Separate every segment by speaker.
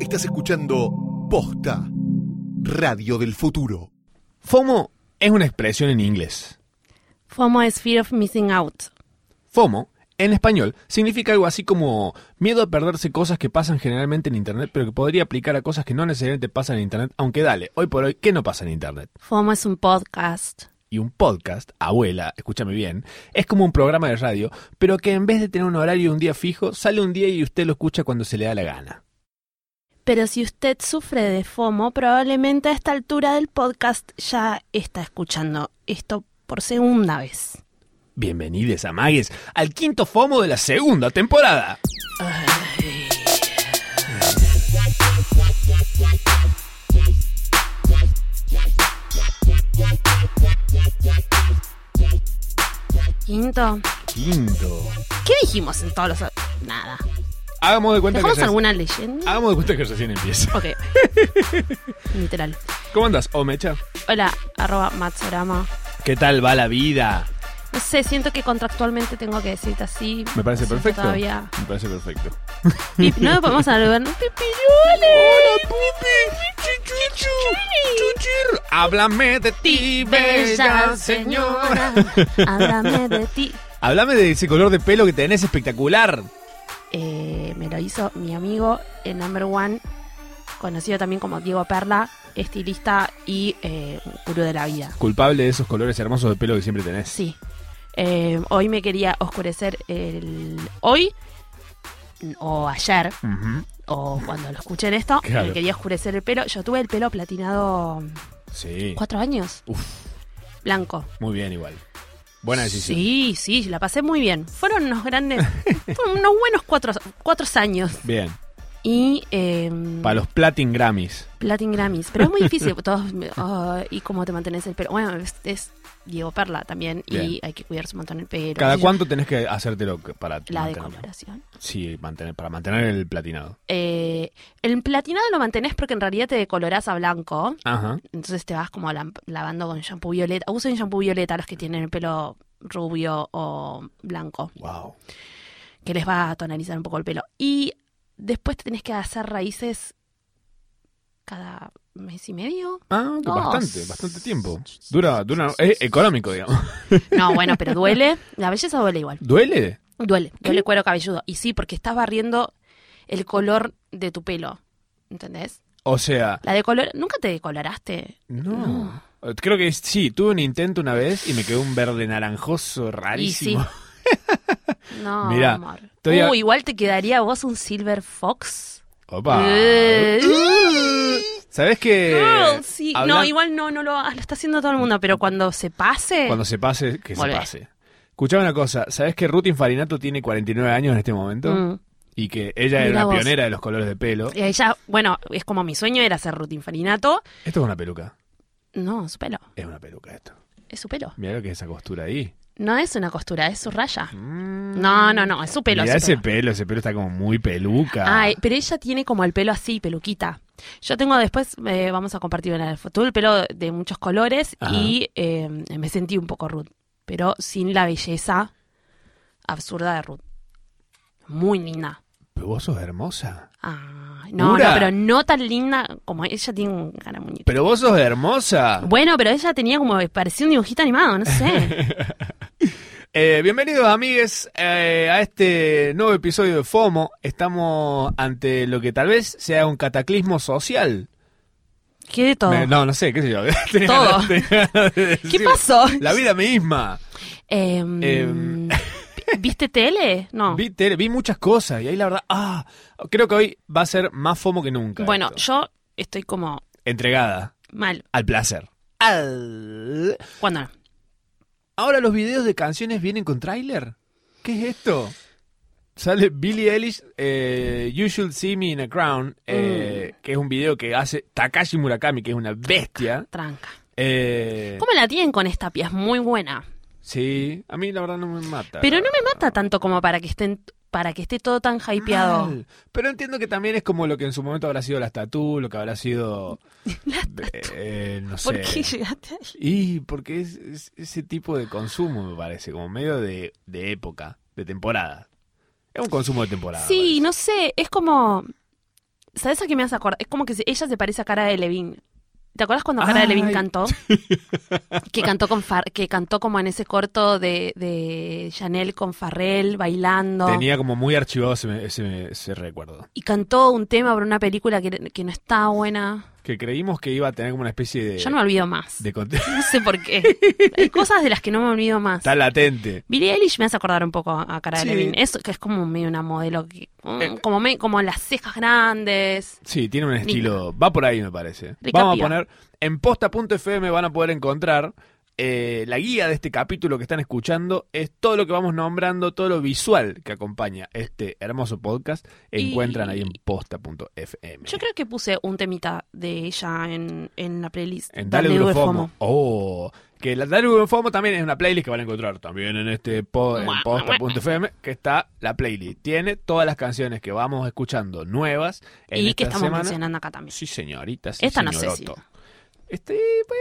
Speaker 1: Estás escuchando Posta, Radio del Futuro.
Speaker 2: FOMO es una expresión en inglés.
Speaker 3: FOMO es Fear of Missing Out.
Speaker 2: FOMO, en español, significa algo así como miedo a perderse cosas que pasan generalmente en Internet, pero que podría aplicar a cosas que no necesariamente pasan en Internet, aunque dale, hoy por hoy, ¿qué no pasa en Internet?
Speaker 3: FOMO es un podcast.
Speaker 2: Y un podcast, abuela, escúchame bien, es como un programa de radio, pero que en vez de tener un horario y un día fijo, sale un día y usted lo escucha cuando se le da la gana.
Speaker 3: Pero si usted sufre de FOMO, probablemente a esta altura del podcast ya está escuchando esto por segunda vez.
Speaker 2: Bienvenidos a Magues al quinto FOMO de la segunda temporada.
Speaker 3: Quinto,
Speaker 2: Quinto.
Speaker 3: ¿qué dijimos en todos los... Nada.
Speaker 2: Hagamos de cuenta que
Speaker 3: ¿Dejamos
Speaker 2: reci-
Speaker 3: alguna leyenda?
Speaker 2: Hagamos de cuenta que recién empieza.
Speaker 3: Ok. Literal.
Speaker 2: ¿Cómo andas, Omecha?
Speaker 3: Hola, arroba Matsurama.
Speaker 2: ¿Qué tal va la vida?
Speaker 3: No sé, siento que contractualmente tengo que decirte así.
Speaker 2: Me parece
Speaker 3: Siento
Speaker 2: perfecto.
Speaker 3: Todavía.
Speaker 2: Me parece perfecto.
Speaker 3: Pip, no podemos saludar.
Speaker 2: ¡Hola, Pupi! ¡Chuchuchu! ¡Chuchir! ¡Háblame de ti, bella señora!
Speaker 3: háblame de ti.
Speaker 2: Háblame de ese color de pelo que tenés espectacular.
Speaker 3: Eh, me lo hizo mi amigo, el number one, conocido también como Diego Perla, estilista y eh, gurú de la vida.
Speaker 2: Culpable de esos colores hermosos de pelo que siempre tenés.
Speaker 3: Sí. Eh, hoy me quería oscurecer el. Hoy. O ayer,
Speaker 2: Ujú.
Speaker 3: o cuando lo escuché en esto,
Speaker 2: Claro.
Speaker 3: me quería oscurecer el pelo. Yo tuve el pelo platinado
Speaker 2: Sí.
Speaker 3: cuatro años.
Speaker 2: Uf,
Speaker 3: Blanco.
Speaker 2: muy bien igual. Buena decisión.
Speaker 3: Sí, sí, la pasé muy bien. Fueron unos grandes, fueron unos buenos cuatro, cuatro años.
Speaker 2: Bien.
Speaker 3: Y em,
Speaker 2: Para los Platin Grammys.
Speaker 3: Latin Grammys. Pero es muy difícil. Todos, me- ay, y cómo te mantenés el pelo. Bueno, es, es Diego Perla también.
Speaker 2: Bien.
Speaker 3: Y hay que cuidarse un montón el pelo.
Speaker 2: ¿Cada
Speaker 3: Yo-
Speaker 2: cuánto tenés que hacértelo que- para
Speaker 3: La
Speaker 2: mantenerlo?
Speaker 3: decoración.
Speaker 2: Sí, mantener, para mantener el platinado.
Speaker 3: Eh, el platinado lo mantenés porque en realidad te decolorás a blanco.
Speaker 2: Ajá.
Speaker 3: Entonces te vas como lam- lavando con shampoo violeta. Usen shampoo violeta los que tienen el pelo rubio o blanco.
Speaker 2: Wow.
Speaker 3: que les va a tonalizar un poco el pelo. Y después te tenés que hacer raíces cada mes y medio.
Speaker 2: Ah, que
Speaker 3: No.
Speaker 2: bastante, bastante tiempo. Dura, dura, es económico, digamos.
Speaker 3: No, bueno, pero duele. La belleza duele igual.
Speaker 2: ¿Duele?
Speaker 3: Duele, duele cuero cabelludo. Y sí, porque estás barriendo el color de tu pelo. ¿Entendés?
Speaker 2: O sea,
Speaker 3: La de color. ¿Nunca te decoloraste?
Speaker 2: no. Creo que sí, tuve un intento una vez y me quedó un verde naranjoso rarísimo.
Speaker 3: Y No,
Speaker 2: Mirá,
Speaker 3: amor.
Speaker 2: estoy a-
Speaker 3: Uh, igual te quedaría a vos un Silver Fox.
Speaker 2: Opa.
Speaker 3: Eh.
Speaker 2: ¿Sabes qué?
Speaker 3: Girl, Ah, sí.
Speaker 2: Hablan-
Speaker 3: No, igual no, no lo, ah, lo está haciendo todo el mundo, pero cuando se pase.
Speaker 2: Cuando se pase, que
Speaker 3: Volvé.
Speaker 2: se pase. Escuchame una cosa, ¿sabes que Ruth Infarinato tiene 49 años en este momento?
Speaker 3: Mm.
Speaker 2: Y que ella era
Speaker 3: Mirá
Speaker 2: la
Speaker 3: vos.
Speaker 2: pionera de los colores de pelo.
Speaker 3: Y ella, bueno, es como mi sueño era ser Ruth Infarinato.
Speaker 2: Esto es una peluca.
Speaker 3: No, su pelo.
Speaker 2: Es una peluca esto.
Speaker 3: Es su pelo.
Speaker 2: Mira lo que es esa costura ahí.
Speaker 3: No es una costura, es su raya.
Speaker 2: Mm.
Speaker 3: No, no, no, es su pelo.
Speaker 2: Mirá
Speaker 3: es su
Speaker 2: ese
Speaker 3: pelo.
Speaker 2: pelo, ese pelo está como muy peluca.
Speaker 3: Ah, eh, pero ella tiene como el pelo así, peluquita. Yo tengo después, eh, vamos a compartir una foto, el pelo de muchos colores
Speaker 2: Ajá.
Speaker 3: y eh, me sentí un poco Ruth, pero sin la belleza absurda de Ruth. Muy linda.
Speaker 2: Pero vos sos hermosa.
Speaker 3: Ah, no,
Speaker 2: ¿Dura?
Speaker 3: no, pero no tan linda como ella tiene cara muñeca.
Speaker 2: Pero vos sos hermosa.
Speaker 3: Bueno, pero ella tenía como, eh, parecía un dibujito animado, no sé.
Speaker 2: Eh, bienvenidos amigues eh, a este nuevo episodio de FOMO. Estamos ante lo que tal vez sea un cataclismo social.
Speaker 3: ¿Qué de todo?
Speaker 2: Me- no, no sé, qué sé yo. Tenía
Speaker 3: Todo.
Speaker 2: ganas- tenía ganas de
Speaker 3: ¿Qué
Speaker 2: decir-
Speaker 3: pasó?
Speaker 2: La vida misma.
Speaker 3: Em,
Speaker 2: Em.
Speaker 3: ¿Viste tele? No.
Speaker 2: Vi, tele, vi muchas cosas y ahí la verdad, ah, creo que hoy va a ser más FOMO que nunca.
Speaker 3: Bueno,
Speaker 2: esto.
Speaker 3: yo estoy como
Speaker 2: Entregada
Speaker 3: mal.
Speaker 2: al placer. Al-
Speaker 3: ¿Cuándo no?
Speaker 2: Ahora los videos de canciones vienen con tráiler. ¿Qué es esto? Sale Billie Eilish, eh, You Should See Me in a Crown, eh,
Speaker 3: Mm.
Speaker 2: que es un video que hace Takashi Murakami, que es una bestia.
Speaker 3: Tranca.
Speaker 2: Eh,
Speaker 3: ¿Cómo la tienen con esta pie? Es muy buena.
Speaker 2: sí, a mí la verdad no me mata.
Speaker 3: Pero no me mata tanto como para que estén para que esté todo tan hypeado.
Speaker 2: Mal. Pero entiendo que también es como lo que en su momento habrá sido las tatú, lo que habrá sido. eh, no sé.
Speaker 3: ¿Por qué llegaste ahí?
Speaker 2: Y porque es, es- ese tipo de consumo, me parece, como medio de, de época, de temporada. Es un consumo de temporada.
Speaker 3: Sí, no sé, es como. ¿Sabes a qué me hace acordar? Es como que se- ella se parece a Cara de Levin. ¿Te acuerdas cuando Cara de Levin
Speaker 2: Ay.
Speaker 3: cantó? que cantó con Far- que cantó como en ese corto de, de Chanel con Farrell bailando.
Speaker 2: parece. Tenía como muy archivado ese, ese- ese recuerdo.
Speaker 3: Y cantó un tema para una película que, que no está buena.
Speaker 2: Que creímos que iba a tener como una especie de.
Speaker 3: Yo no me olvido más.
Speaker 2: de conte-
Speaker 3: No sé por qué. Hay cosas de las que no me olvido más.
Speaker 2: Está latente.
Speaker 3: Billie Eilish me hace acordar un poco a Cara
Speaker 2: Sí.
Speaker 3: de Levin. Eso que es como medio una modelo que.
Speaker 2: Eh.
Speaker 3: Como, me- como las cejas grandes.
Speaker 2: Sí, tiene un estilo. Va por ahí, me parece.
Speaker 3: Rica
Speaker 2: Vamos
Speaker 3: piba.
Speaker 2: a poner. En posta.fm van a poder encontrar. eh, la guía de este capítulo que están escuchando es todo lo que vamos nombrando, todo lo visual que acompaña este hermoso podcast,
Speaker 3: Y-
Speaker 2: encuentran ahí en posta.fm.
Speaker 3: Yo creo que puse un temita de ella en, en la playlist.
Speaker 2: En Dale Duro Fomo. Oh, que la Dale Duro Fomo también es una playlist que van a encontrar también en este po- en
Speaker 3: Mua,
Speaker 2: posta.fm que está la playlist. Tiene todas las canciones que vamos escuchando nuevas en
Speaker 3: Y
Speaker 2: esta
Speaker 3: que estamos
Speaker 2: semana.
Speaker 3: mencionando acá también.
Speaker 2: Sí, señorita, sí,
Speaker 3: Esta no sé
Speaker 2: señoroto.
Speaker 3: si-
Speaker 2: Este, pues,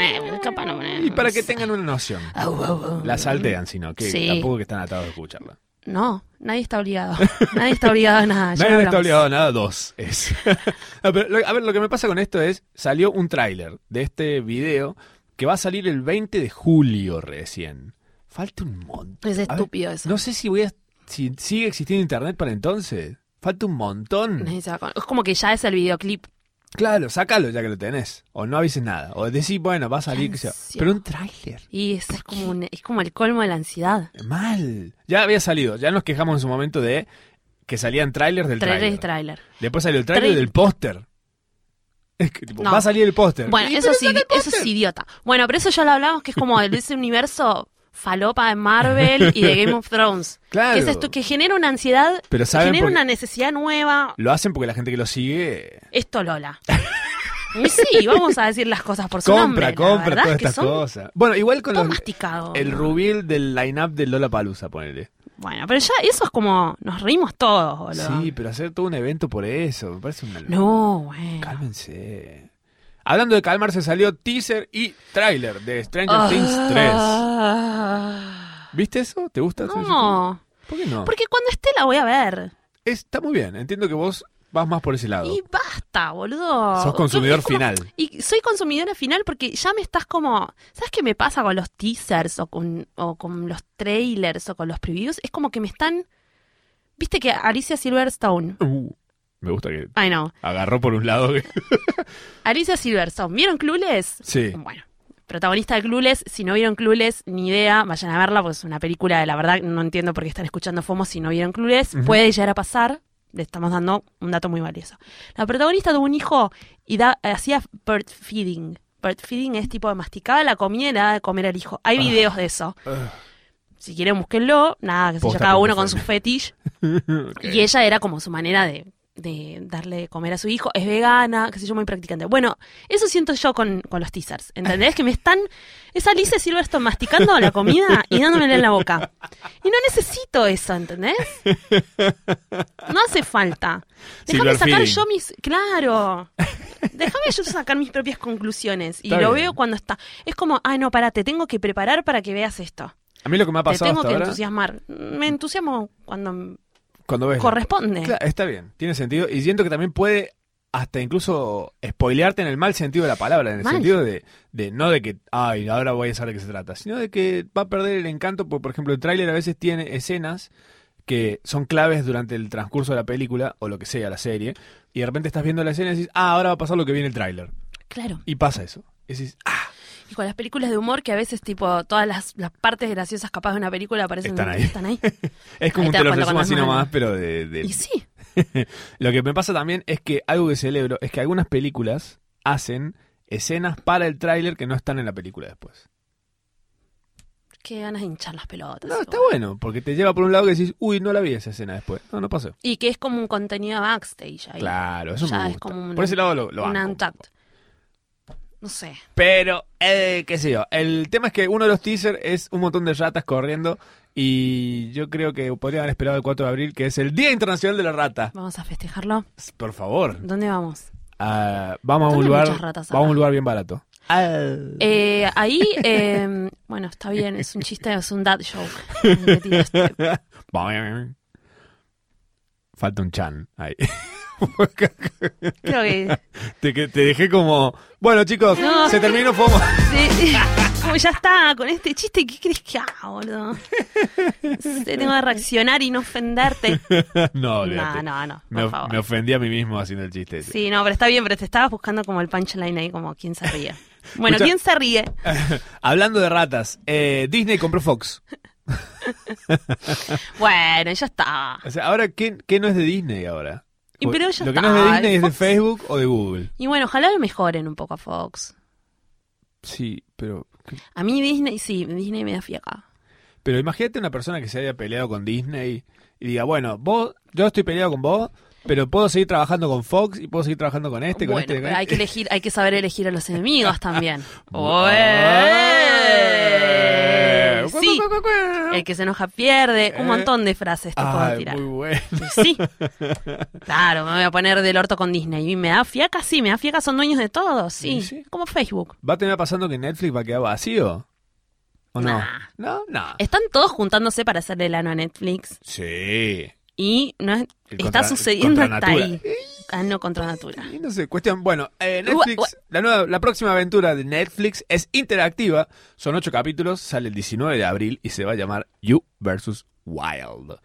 Speaker 3: Eh, pero capaz no me-
Speaker 2: y para que tengan una noción.
Speaker 3: Au, au, au.
Speaker 2: La saltean, sino que
Speaker 3: Ah, Sí.
Speaker 2: tampoco que están atados a escucharla.
Speaker 3: No, nadie está obligado. Nadie está obligado a nada. Ah, ya
Speaker 2: Nadie
Speaker 3: lo
Speaker 2: está
Speaker 3: hablamos.
Speaker 2: obligado a nada, dos es. No, pero lo- a ver, lo que me pasa con esto es, salió un tráiler de este video que va a salir el 20 de julio recién. Falta un montón.
Speaker 3: Es
Speaker 2: A ver,
Speaker 3: estúpido eso.
Speaker 2: no sé si voy a, si sigue existiendo internet para entonces. Falta un montón.
Speaker 3: Nadie se va a con- Es como que ya es el videoclip.
Speaker 2: Claro, sácalo ya que lo tenés. O no avises nada. O decís, bueno, va a salir. qué sé yo.
Speaker 3: Ansia.
Speaker 2: Pero un tráiler.
Speaker 3: Y es, es como un- es como el colmo de la ansiedad.
Speaker 2: Mal. Ya había salido. Ya nos quejamos en su momento de que salían trailers del
Speaker 3: Trailer es
Speaker 2: tráiler.
Speaker 3: trailer.
Speaker 2: Después salió el tráiler
Speaker 3: Trail-
Speaker 2: del póster. Es que, tipo,
Speaker 3: No.
Speaker 2: Va a salir el póster.
Speaker 3: Bueno,
Speaker 2: Y,
Speaker 3: eso
Speaker 2: pero
Speaker 3: sí,
Speaker 2: saca el
Speaker 3: eso
Speaker 2: póster.
Speaker 3: es idiota. Bueno, pero eso ya lo hablamos, que es como el- ese universo falopa de Marvel y de Game of Thrones.
Speaker 2: Claro.
Speaker 3: Que es esto que genera una ansiedad,
Speaker 2: Pero
Speaker 3: que
Speaker 2: saben
Speaker 3: genera
Speaker 2: por qué-
Speaker 3: una necesidad nueva.
Speaker 2: Lo hacen porque la gente que lo sigue
Speaker 3: Esto Lola. Y sí, vamos a decir las cosas por su
Speaker 2: compra,
Speaker 3: nombre. la
Speaker 2: compra
Speaker 3: verdad
Speaker 2: todas
Speaker 3: es que
Speaker 2: estas
Speaker 3: son
Speaker 2: cosas. Bueno, igual con
Speaker 3: todo
Speaker 2: los-
Speaker 3: masticado.
Speaker 2: el rubil del line-up de Lola Palusa, ponele.
Speaker 3: Bueno, pero ya eso es como nos reímos todos, boludo.
Speaker 2: Sí, pero hacer todo un evento por eso, me parece una locura.
Speaker 3: No, bueno.
Speaker 2: Cálmense. Hablando de calmarse, salió teaser y tráiler de Stranger Things 3.
Speaker 3: Ah.
Speaker 2: ¿Viste eso? ¿Te gusta? Stranger Things?
Speaker 3: No,
Speaker 2: ¿Por qué no?
Speaker 3: porque cuando esté la voy a ver.
Speaker 2: Está muy bien, entiendo que vos vas más por ese lado.
Speaker 3: Y basta, boludo.
Speaker 2: Sos consumidor
Speaker 3: Es como-
Speaker 2: final.
Speaker 3: Y soy consumidora final porque ya me estás como. ¿Sabes qué me pasa con los teasers o con, o con los trailers o con los previews? Es como que me están. Viste que Alicia Silverstone.
Speaker 2: Uh, me gusta que
Speaker 3: Ay, no.
Speaker 2: agarró por un lado. que-
Speaker 3: Alicia Silverstone. ¿Vieron Clueless?
Speaker 2: Sí.
Speaker 3: Bueno, protagonista de Clueless. Si no vieron Clueless, ni idea, vayan a verla, porque es una película de la verdad, no entiendo por qué están escuchando FOMO si no vieron Clueless.
Speaker 2: Ujú.
Speaker 3: Puede llegar a pasar. Le estamos dando un dato muy valioso. La protagonista tuvo un hijo y da- hacía bird feeding. Bird feeding es tipo de masticaba la comida y le daba de comer al hijo. Hay
Speaker 2: Ah.
Speaker 3: videos de eso.
Speaker 2: Ah.
Speaker 3: Si quieren, búsquenlo. Nada, que se yo,
Speaker 2: Posta
Speaker 3: cada uno
Speaker 2: punto
Speaker 3: con su
Speaker 2: fm.
Speaker 3: fetish.
Speaker 2: Ok.
Speaker 3: Y ella era como su manera de, de darle de comer a su hijo. Es vegana, qué sé yo, muy practicante. Bueno, eso siento yo con, con los teasers. ¿Entendés? Que me están. Esa Alicia Silverstone masticando la comida y dándomela en la boca. Y no necesito eso, ¿entendés? No hace falta. Déjame
Speaker 2: Silver
Speaker 3: sacar
Speaker 2: feeding.
Speaker 3: yo mis. Claro. Déjame yo sacar mis propias conclusiones. Y
Speaker 2: Está
Speaker 3: lo
Speaker 2: bien.
Speaker 3: veo cuando está. Es como, ay, no, pará, te tengo que preparar para que veas esto.
Speaker 2: A mí lo que me ha
Speaker 3: Te
Speaker 2: pasado
Speaker 3: tengo
Speaker 2: hasta
Speaker 3: que
Speaker 2: ahora,
Speaker 3: entusiasmar. Me entusiasmo cuando
Speaker 2: cuando ves...
Speaker 3: corresponde.
Speaker 2: Claro, está bien, tiene sentido. Y siento que también puede hasta incluso spoilearte en el mal sentido de la palabra, en el
Speaker 3: Mal.
Speaker 2: sentido de, de no de que, ay, ahora voy a saber de qué se trata, sino de que va a perder el encanto, porque por ejemplo el tráiler a veces tiene escenas que son claves durante el transcurso de la película o lo que sea, la serie, y de repente estás viendo la escena y dices, ah, ahora va a pasar lo que viene el tráiler.
Speaker 3: claro.
Speaker 2: Y pasa eso. Y decís, ah,
Speaker 3: Y con las películas de humor que a veces, tipo, todas las, las partes graciosas capaz de una película aparecen
Speaker 2: Están ahí. es como
Speaker 3: Ahí
Speaker 2: un
Speaker 3: te
Speaker 2: te
Speaker 3: das
Speaker 2: lo
Speaker 3: cuenta
Speaker 2: resumo
Speaker 3: cuando es
Speaker 2: así
Speaker 3: malo.
Speaker 2: nomás, pero de, de-
Speaker 3: Y sí,
Speaker 2: Lo que me pasa también es que algo que celebro es que algunas películas hacen escenas para el tráiler que no están en la película después.
Speaker 3: qué ganas de hinchar las pelotas.
Speaker 2: No, está
Speaker 3: igual.
Speaker 2: bueno, porque te lleva por un lado que decís, uy, no la vi esa escena después. No, no pasó.
Speaker 3: Y que es como un contenido backstage ahí.
Speaker 2: Claro, eso
Speaker 3: Ya
Speaker 2: me
Speaker 3: es
Speaker 2: gusta.
Speaker 3: como un-
Speaker 2: por ese lado lo, lo
Speaker 3: un
Speaker 2: banco.
Speaker 3: untapped. No sé.
Speaker 2: Pero, eh, qué sé yo. El tema es que uno de los teasers es un montón de ratas corriendo. Y yo creo que podría haber esperado el 4 de abril, que es el Día Internacional de la Rata.
Speaker 3: Vamos a festejarlo.
Speaker 2: Por favor.
Speaker 3: ¿Dónde vamos?
Speaker 2: Ah, vamos a un
Speaker 3: ¿Dónde hay
Speaker 2: lugar.
Speaker 3: muchas ratas
Speaker 2: Vamos a
Speaker 3: acá?
Speaker 2: un lugar bien barato.
Speaker 3: Eh, ahí, eh, bueno, está bien, es un chiste, es un dad joke. Me tiro este.
Speaker 2: Falta un chan ahí.
Speaker 3: Creo que
Speaker 2: te, que- te dejé como. Bueno, chicos,
Speaker 3: No.
Speaker 2: se terminó FOMO.
Speaker 3: Sí. Como ya está, con este chiste, ¿qué crees que haga, boludo? Sí, Tengo que reaccionar y no ofenderte.
Speaker 2: no,
Speaker 3: No,
Speaker 2: olvídate.
Speaker 3: no, no,
Speaker 2: me,
Speaker 3: por
Speaker 2: of-
Speaker 3: favor.
Speaker 2: me ofendí a mí mismo haciendo el chiste. ese.
Speaker 3: Sí, no, pero está bien, pero te estabas buscando como el punchline ahí, como quién se ríe. Bueno,
Speaker 2: Escucha.
Speaker 3: ¿quién se ríe?
Speaker 2: Hablando de ratas, eh, Disney compró Fox.
Speaker 3: Bueno, ya está.
Speaker 2: O sea, ahora, ¿qué, qué no es de Disney ahora? Pues,
Speaker 3: Y pero ya
Speaker 2: Lo que
Speaker 3: está,
Speaker 2: no es de Disney es de
Speaker 3: Fox.
Speaker 2: Facebook o de Google.
Speaker 3: Y bueno, ojalá lo mejoren un poco a Fox.
Speaker 2: Sí, pero
Speaker 3: A mí Disney, sí, Disney me da fiaca.
Speaker 2: Pero imagínate una persona que se haya peleado con Disney y diga, bueno, vos, yo estoy peleado con vos, pero puedo seguir trabajando con Fox y puedo seguir trabajando con este, con
Speaker 3: Bueno,
Speaker 2: este, con
Speaker 3: pero hay que
Speaker 2: este.
Speaker 3: elegir, hay que saber elegir a los enemigos también.
Speaker 2: Ué. Ah.
Speaker 3: Ué. Sí, el que se enoja pierde. Un
Speaker 2: Eh.
Speaker 3: montón de frases te puedo
Speaker 2: Ay,
Speaker 3: tirar.
Speaker 2: muy bueno.
Speaker 3: Y Sí. Claro, me voy a poner del orto con Disney. Y me da fiaca, sí, me da fiaca, son dueños de todo, sí.
Speaker 2: Y sí.
Speaker 3: Como Facebook.
Speaker 2: ¿Va a terminar pasando que Netflix va a quedar vacío? ¿O no?
Speaker 3: Nah.
Speaker 2: No, no.
Speaker 3: Están todos juntándose para hacerle el ano a Netflix
Speaker 2: Sí.
Speaker 3: y no es-
Speaker 2: El
Speaker 3: está
Speaker 2: contra-
Speaker 3: sucediendo
Speaker 2: contra
Speaker 3: hasta
Speaker 2: natura.
Speaker 3: ahí. Ano contra natura.
Speaker 2: Y no sé, cuestión. Bueno, eh, Netflix,
Speaker 3: Ua- ua-
Speaker 2: La, nueva, la próxima aventura de Netflix es interactiva. Son ocho capítulos, sale el 19 de abril y se va a llamar You vs. Wild.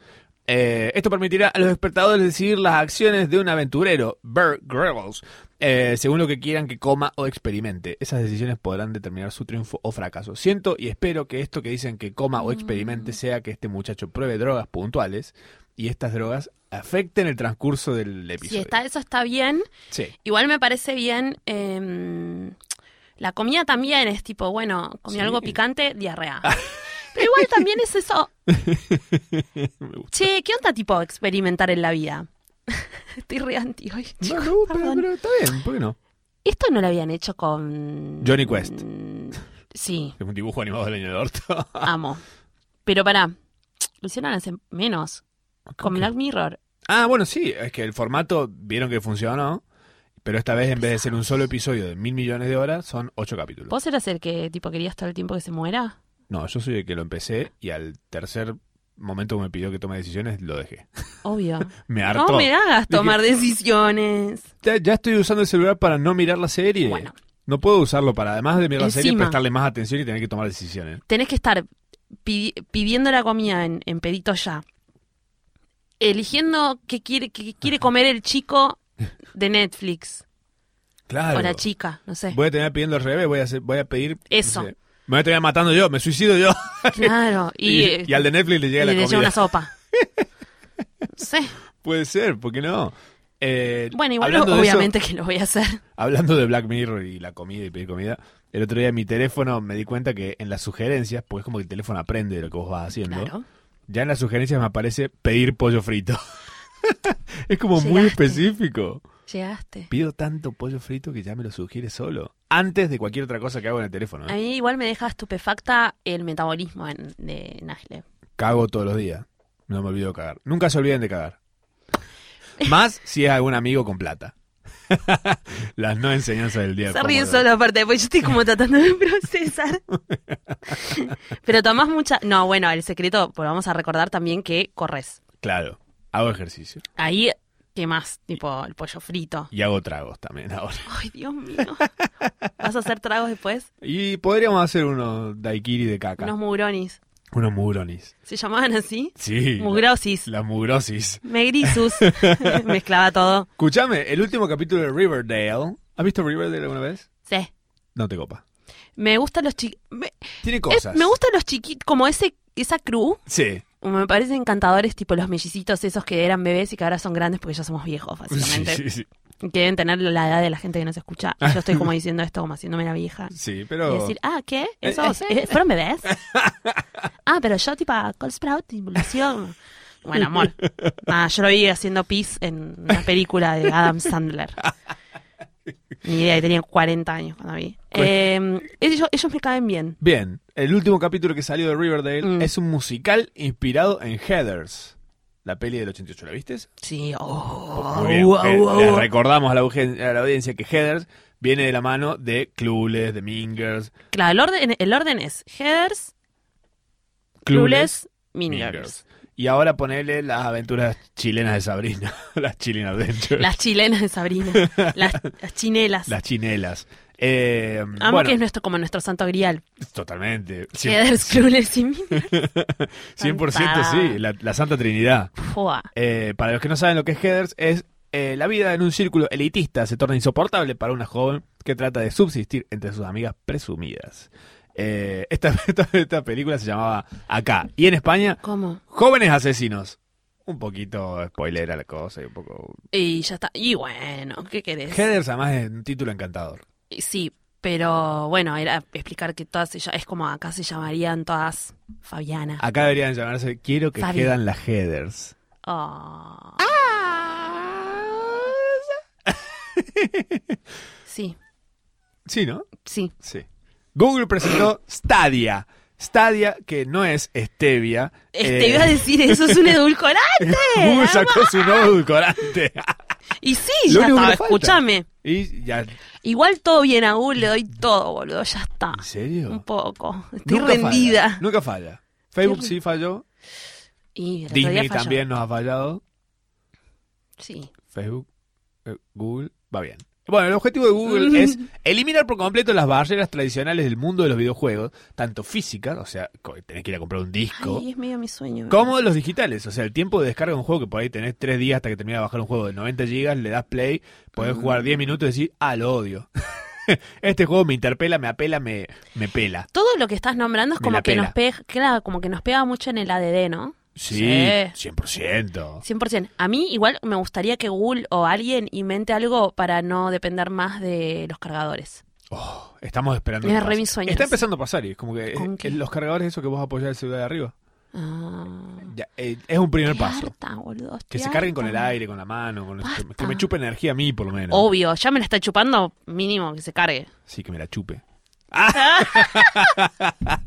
Speaker 2: Eh, esto permitirá a los espectadores decidir las acciones de un aventurero, Bear Grylls, eh, según lo que quieran que coma o experimente. Esas decisiones podrán determinar su triunfo o fracaso. Siento y espero que esto que dicen que coma o
Speaker 3: Mm.
Speaker 2: experimente sea que este muchacho pruebe drogas puntuales y estas drogas afecten el transcurso del
Speaker 3: Si
Speaker 2: episodio.
Speaker 3: está eso está bien,
Speaker 2: Sí.
Speaker 3: igual me parece bien. eh, la comida también es tipo, bueno, comí
Speaker 2: Sí. Ah.
Speaker 3: algo picante, diarrea. Pero igual también es eso. Che, ¿qué onda tipo experimentar en la vida? Estoy re anti hoy,
Speaker 2: No,
Speaker 3: chicos,
Speaker 2: no, pero,
Speaker 3: perdón.
Speaker 2: pero está bien, ¿por qué no?
Speaker 3: Esto no lo habían hecho con.
Speaker 2: Johnny Quest.
Speaker 3: Mm, Sí,
Speaker 2: Es un dibujo animado del año del orto.
Speaker 3: amo. Pero pará, lo hicieron hace menos. Con Black Mirror.
Speaker 2: Ah, bueno, sí, es que el formato vieron que funcionó, pero esta vez en vez de ser un solo episodio de mil millones de horas, son ocho capítulos.
Speaker 3: ¿Vos eras el que tipo querías todo el tiempo que se muera?
Speaker 2: No, yo soy el que lo empecé y al tercer momento que me pidió que tome decisiones, lo dejé.
Speaker 3: Obvio.
Speaker 2: Me hartó.
Speaker 3: No me hagas tomar decisiones.
Speaker 2: ya, ya estoy usando el celular para no mirar la serie.
Speaker 3: Bueno.
Speaker 2: No puedo usarlo para, además de mirar la serie,
Speaker 3: Encima.
Speaker 2: prestarle más atención y tener que tomar decisiones.
Speaker 3: Tenés que estar pidi- pidiendo la comida en, en pedito ya. Eligiendo qué quiere, qué quiere comer el chico de Netflix.
Speaker 2: Claro.
Speaker 3: O la chica, no sé.
Speaker 2: Voy a terminar pidiendo al revés, voy a, hacer- voy a pedir... no
Speaker 3: Eso.
Speaker 2: sé, me voy a terminar matando yo, me suicido yo.
Speaker 3: Claro. Y, eh,
Speaker 2: Y, y al de Netflix le llega
Speaker 3: y
Speaker 2: la
Speaker 3: le
Speaker 2: comida.
Speaker 3: lleva una sopa. No sé.
Speaker 2: Puede ser, ¿por qué no? Eh,
Speaker 3: Bueno, igual
Speaker 2: hablando de eso-
Speaker 3: obviamente que lo voy a hacer.
Speaker 2: hablando de Black Mirror y la comida y pedir comida, el otro día mi teléfono me di cuenta que en las sugerencias, porque es como que el teléfono aprende de lo que vos vas haciendo,
Speaker 3: Claro.
Speaker 2: ya en las sugerencias me aparece pedir pollo frito. es como muy
Speaker 3: Llegaste.
Speaker 2: específico.
Speaker 3: Llegaste.
Speaker 2: Pido tanto pollo frito que ya me lo sugiere solo. Antes de cualquier otra cosa que hago en el teléfono.
Speaker 3: A
Speaker 2: ¿eh?
Speaker 3: mí igual me deja estupefacta el metabolismo en- de Nasle.
Speaker 2: Cago todos los días. No me olvido de cagar. Nunca se olviden de cagar. Más si es algún amigo con plata. Las no enseñanzas del día.
Speaker 3: Se ríe
Speaker 2: cómodo.
Speaker 3: solo aparte, porque yo estoy como tratando de procesar. Pero tomás mucha... No, bueno, el secreto, pues vamos a recordar también que corres.
Speaker 2: Claro, hago ejercicio.
Speaker 3: Ahí, ¿qué más? Tipo, el pollo frito.
Speaker 2: Y hago tragos también ahora.
Speaker 3: Ay, Dios mío. ¿Vas a hacer tragos después?
Speaker 2: Y podríamos hacer unos daiquiri de caca.
Speaker 3: Unos mugronis.
Speaker 2: Unos mugronis.
Speaker 3: ¿Se llamaban así?
Speaker 2: Sí.
Speaker 3: Mugrosis.
Speaker 2: La mugrosis.
Speaker 3: Megrisus. Mezclaba todo.
Speaker 2: Escuchame, el último capítulo de Riverdale. ¿Has visto Riverdale alguna vez?
Speaker 3: Sí.
Speaker 2: No te copa.
Speaker 3: Me gustan los chiquitos. Me,
Speaker 2: Tiene
Speaker 3: eh,
Speaker 2: cosas.
Speaker 3: me gustan los chiquitos, como ese, esa crew.
Speaker 2: Sí.
Speaker 3: Me parecen encantadores, tipo los mellicitos esos que eran bebés y que ahora son grandes porque ya somos viejos,
Speaker 2: Sí,
Speaker 3: básicamente.
Speaker 2: sí, sí.
Speaker 3: Y Que deben tener la edad de la gente que nos escucha. Y yo estoy como diciendo esto, como haciéndome la vieja.
Speaker 2: Sí,
Speaker 3: Y
Speaker 2: pero.
Speaker 3: decir, ah, ¿qué? ¿Esos eh, fueron bebés? ah, pero yo, tipo, Cole Sprout, simulación. Bueno, amor. Ah, yo lo vi haciendo pis en una película de Adam Sandler. Ni idea, que tenía 40 años cuando vi.
Speaker 2: Pues-
Speaker 3: Eh, ellos, ellos me caen bien.
Speaker 2: Bien, el último capítulo que salió de Riverdale
Speaker 3: Mm.
Speaker 2: es un musical inspirado en Heathers, la peli del 88. ¿La viste?
Speaker 3: Sí, oh,
Speaker 2: Muy bien.
Speaker 3: wow,
Speaker 2: Eh,
Speaker 3: wow,
Speaker 2: les
Speaker 3: wow.
Speaker 2: recordamos a la, augen- a la audiencia que Heathers viene de la mano de Clueless, de Mingers,
Speaker 3: Claro, el orden, el orden es Headers, Clueless, Mingers.
Speaker 2: Mingers. Y ahora ponele las aventuras chilenas de Sabrina, las chilenas Adventures,
Speaker 3: Las chilenas de Sabrina, las, las chinelas.
Speaker 2: las chinelas. Eh,
Speaker 3: Amo
Speaker 2: bueno,
Speaker 3: que es nuestro, como nuestro santo grial.
Speaker 2: totalmente. Cien-
Speaker 3: Headers, Clueless y Mingers.
Speaker 2: 100% sí, la- la Santa Trinidad.
Speaker 3: Fua.
Speaker 2: Eh, para los que no saben lo que es Headers, es eh, la vida en un círculo elitista se torna insoportable para una joven que trata de subsistir entre sus amigas presumidas. Eh, esta, esta- esta película se llamaba Acá y en España,
Speaker 3: ¿Cómo?
Speaker 2: Jóvenes Asesinos. Un poquito spoiler a la cosa y un poco...
Speaker 3: Y ya está. Y bueno, ¿qué querés?
Speaker 2: Headers además es un título encantador.
Speaker 3: Sí, pero bueno, era explicar que todas ellas, es como acá se llamarían todas Fabiana.
Speaker 2: Acá deberían llamarse Quiero que
Speaker 3: Fabi.
Speaker 2: quedan las Headers. Ah.
Speaker 3: Oh, Ah. sí,
Speaker 2: sí, ¿no?
Speaker 3: sí.
Speaker 2: Sí. Google presentó Stadia. Stadia, que no es Stevia.
Speaker 3: Este,
Speaker 2: eh,
Speaker 3: iba a decir, eso es un edulcorante.
Speaker 2: Google sacó su nuevo edulcorante.
Speaker 3: Y sí,
Speaker 2: Lo
Speaker 3: ya
Speaker 2: único que
Speaker 3: está,
Speaker 2: le falta.
Speaker 3: escúchame.
Speaker 2: y ya,
Speaker 3: Igual todo bien a Google, le doy todo, boludo, ya está.
Speaker 2: ¿en
Speaker 3: Un
Speaker 2: serio?
Speaker 3: poco. Estoy
Speaker 2: Nunca
Speaker 3: rendida.
Speaker 2: Falla, nunca falla. Facebook
Speaker 3: Estoy
Speaker 2: sí falló.
Speaker 3: Y el otro día
Speaker 2: Disney
Speaker 3: falló.
Speaker 2: también nos ha fallado.
Speaker 3: Sí.
Speaker 2: Facebook, eh, Google, va bien. Bueno, el objetivo de Google es eliminar por completo las barreras tradicionales del mundo de los videojuegos, tanto físicas, o sea, co- tenés que ir a comprar un disco,
Speaker 3: Ay, es medio mi sueño.
Speaker 2: como de los digitales, o sea, el tiempo de descarga de un juego que por ahí tenés tres días hasta que termina de bajar un juego de 90 gigas, le das play, podés
Speaker 3: Mm.
Speaker 2: jugar 10 minutos y decir, ah, lo odio. este juego me interpela, me apela, me, me pela.
Speaker 3: Todo lo que estás nombrando es
Speaker 2: Me
Speaker 3: como
Speaker 2: la
Speaker 3: que
Speaker 2: pela.
Speaker 3: nos pega, claro, como que nos pega mucho en el ADD, ¿no?
Speaker 2: Sí,
Speaker 3: Sí.
Speaker 2: 100%.
Speaker 3: 100%. A mí igual me gustaría que Google o alguien invente algo para no depender más de los cargadores.
Speaker 2: Oh, estamos esperando.
Speaker 3: Es
Speaker 2: que
Speaker 3: re
Speaker 2: pase.
Speaker 3: mis sueños.
Speaker 2: Está empezando a pasar y es como que
Speaker 3: ¿Con
Speaker 2: eh,
Speaker 3: qué?
Speaker 2: los cargadores, eso que vos apoyás el celular de arriba,
Speaker 3: Ah,
Speaker 2: ya, eh, es un primer
Speaker 3: qué
Speaker 2: paso.
Speaker 3: harta, boludo,
Speaker 2: Que
Speaker 3: estoy
Speaker 2: se carguen con el
Speaker 3: harta.
Speaker 2: aire, con la mano, con el- que me- que me
Speaker 3: Basta.
Speaker 2: chupe energía a mí por lo menos.
Speaker 3: Obvio, ya me la está chupando, mínimo que se cargue.
Speaker 2: Sí, que me la chupe. Ah.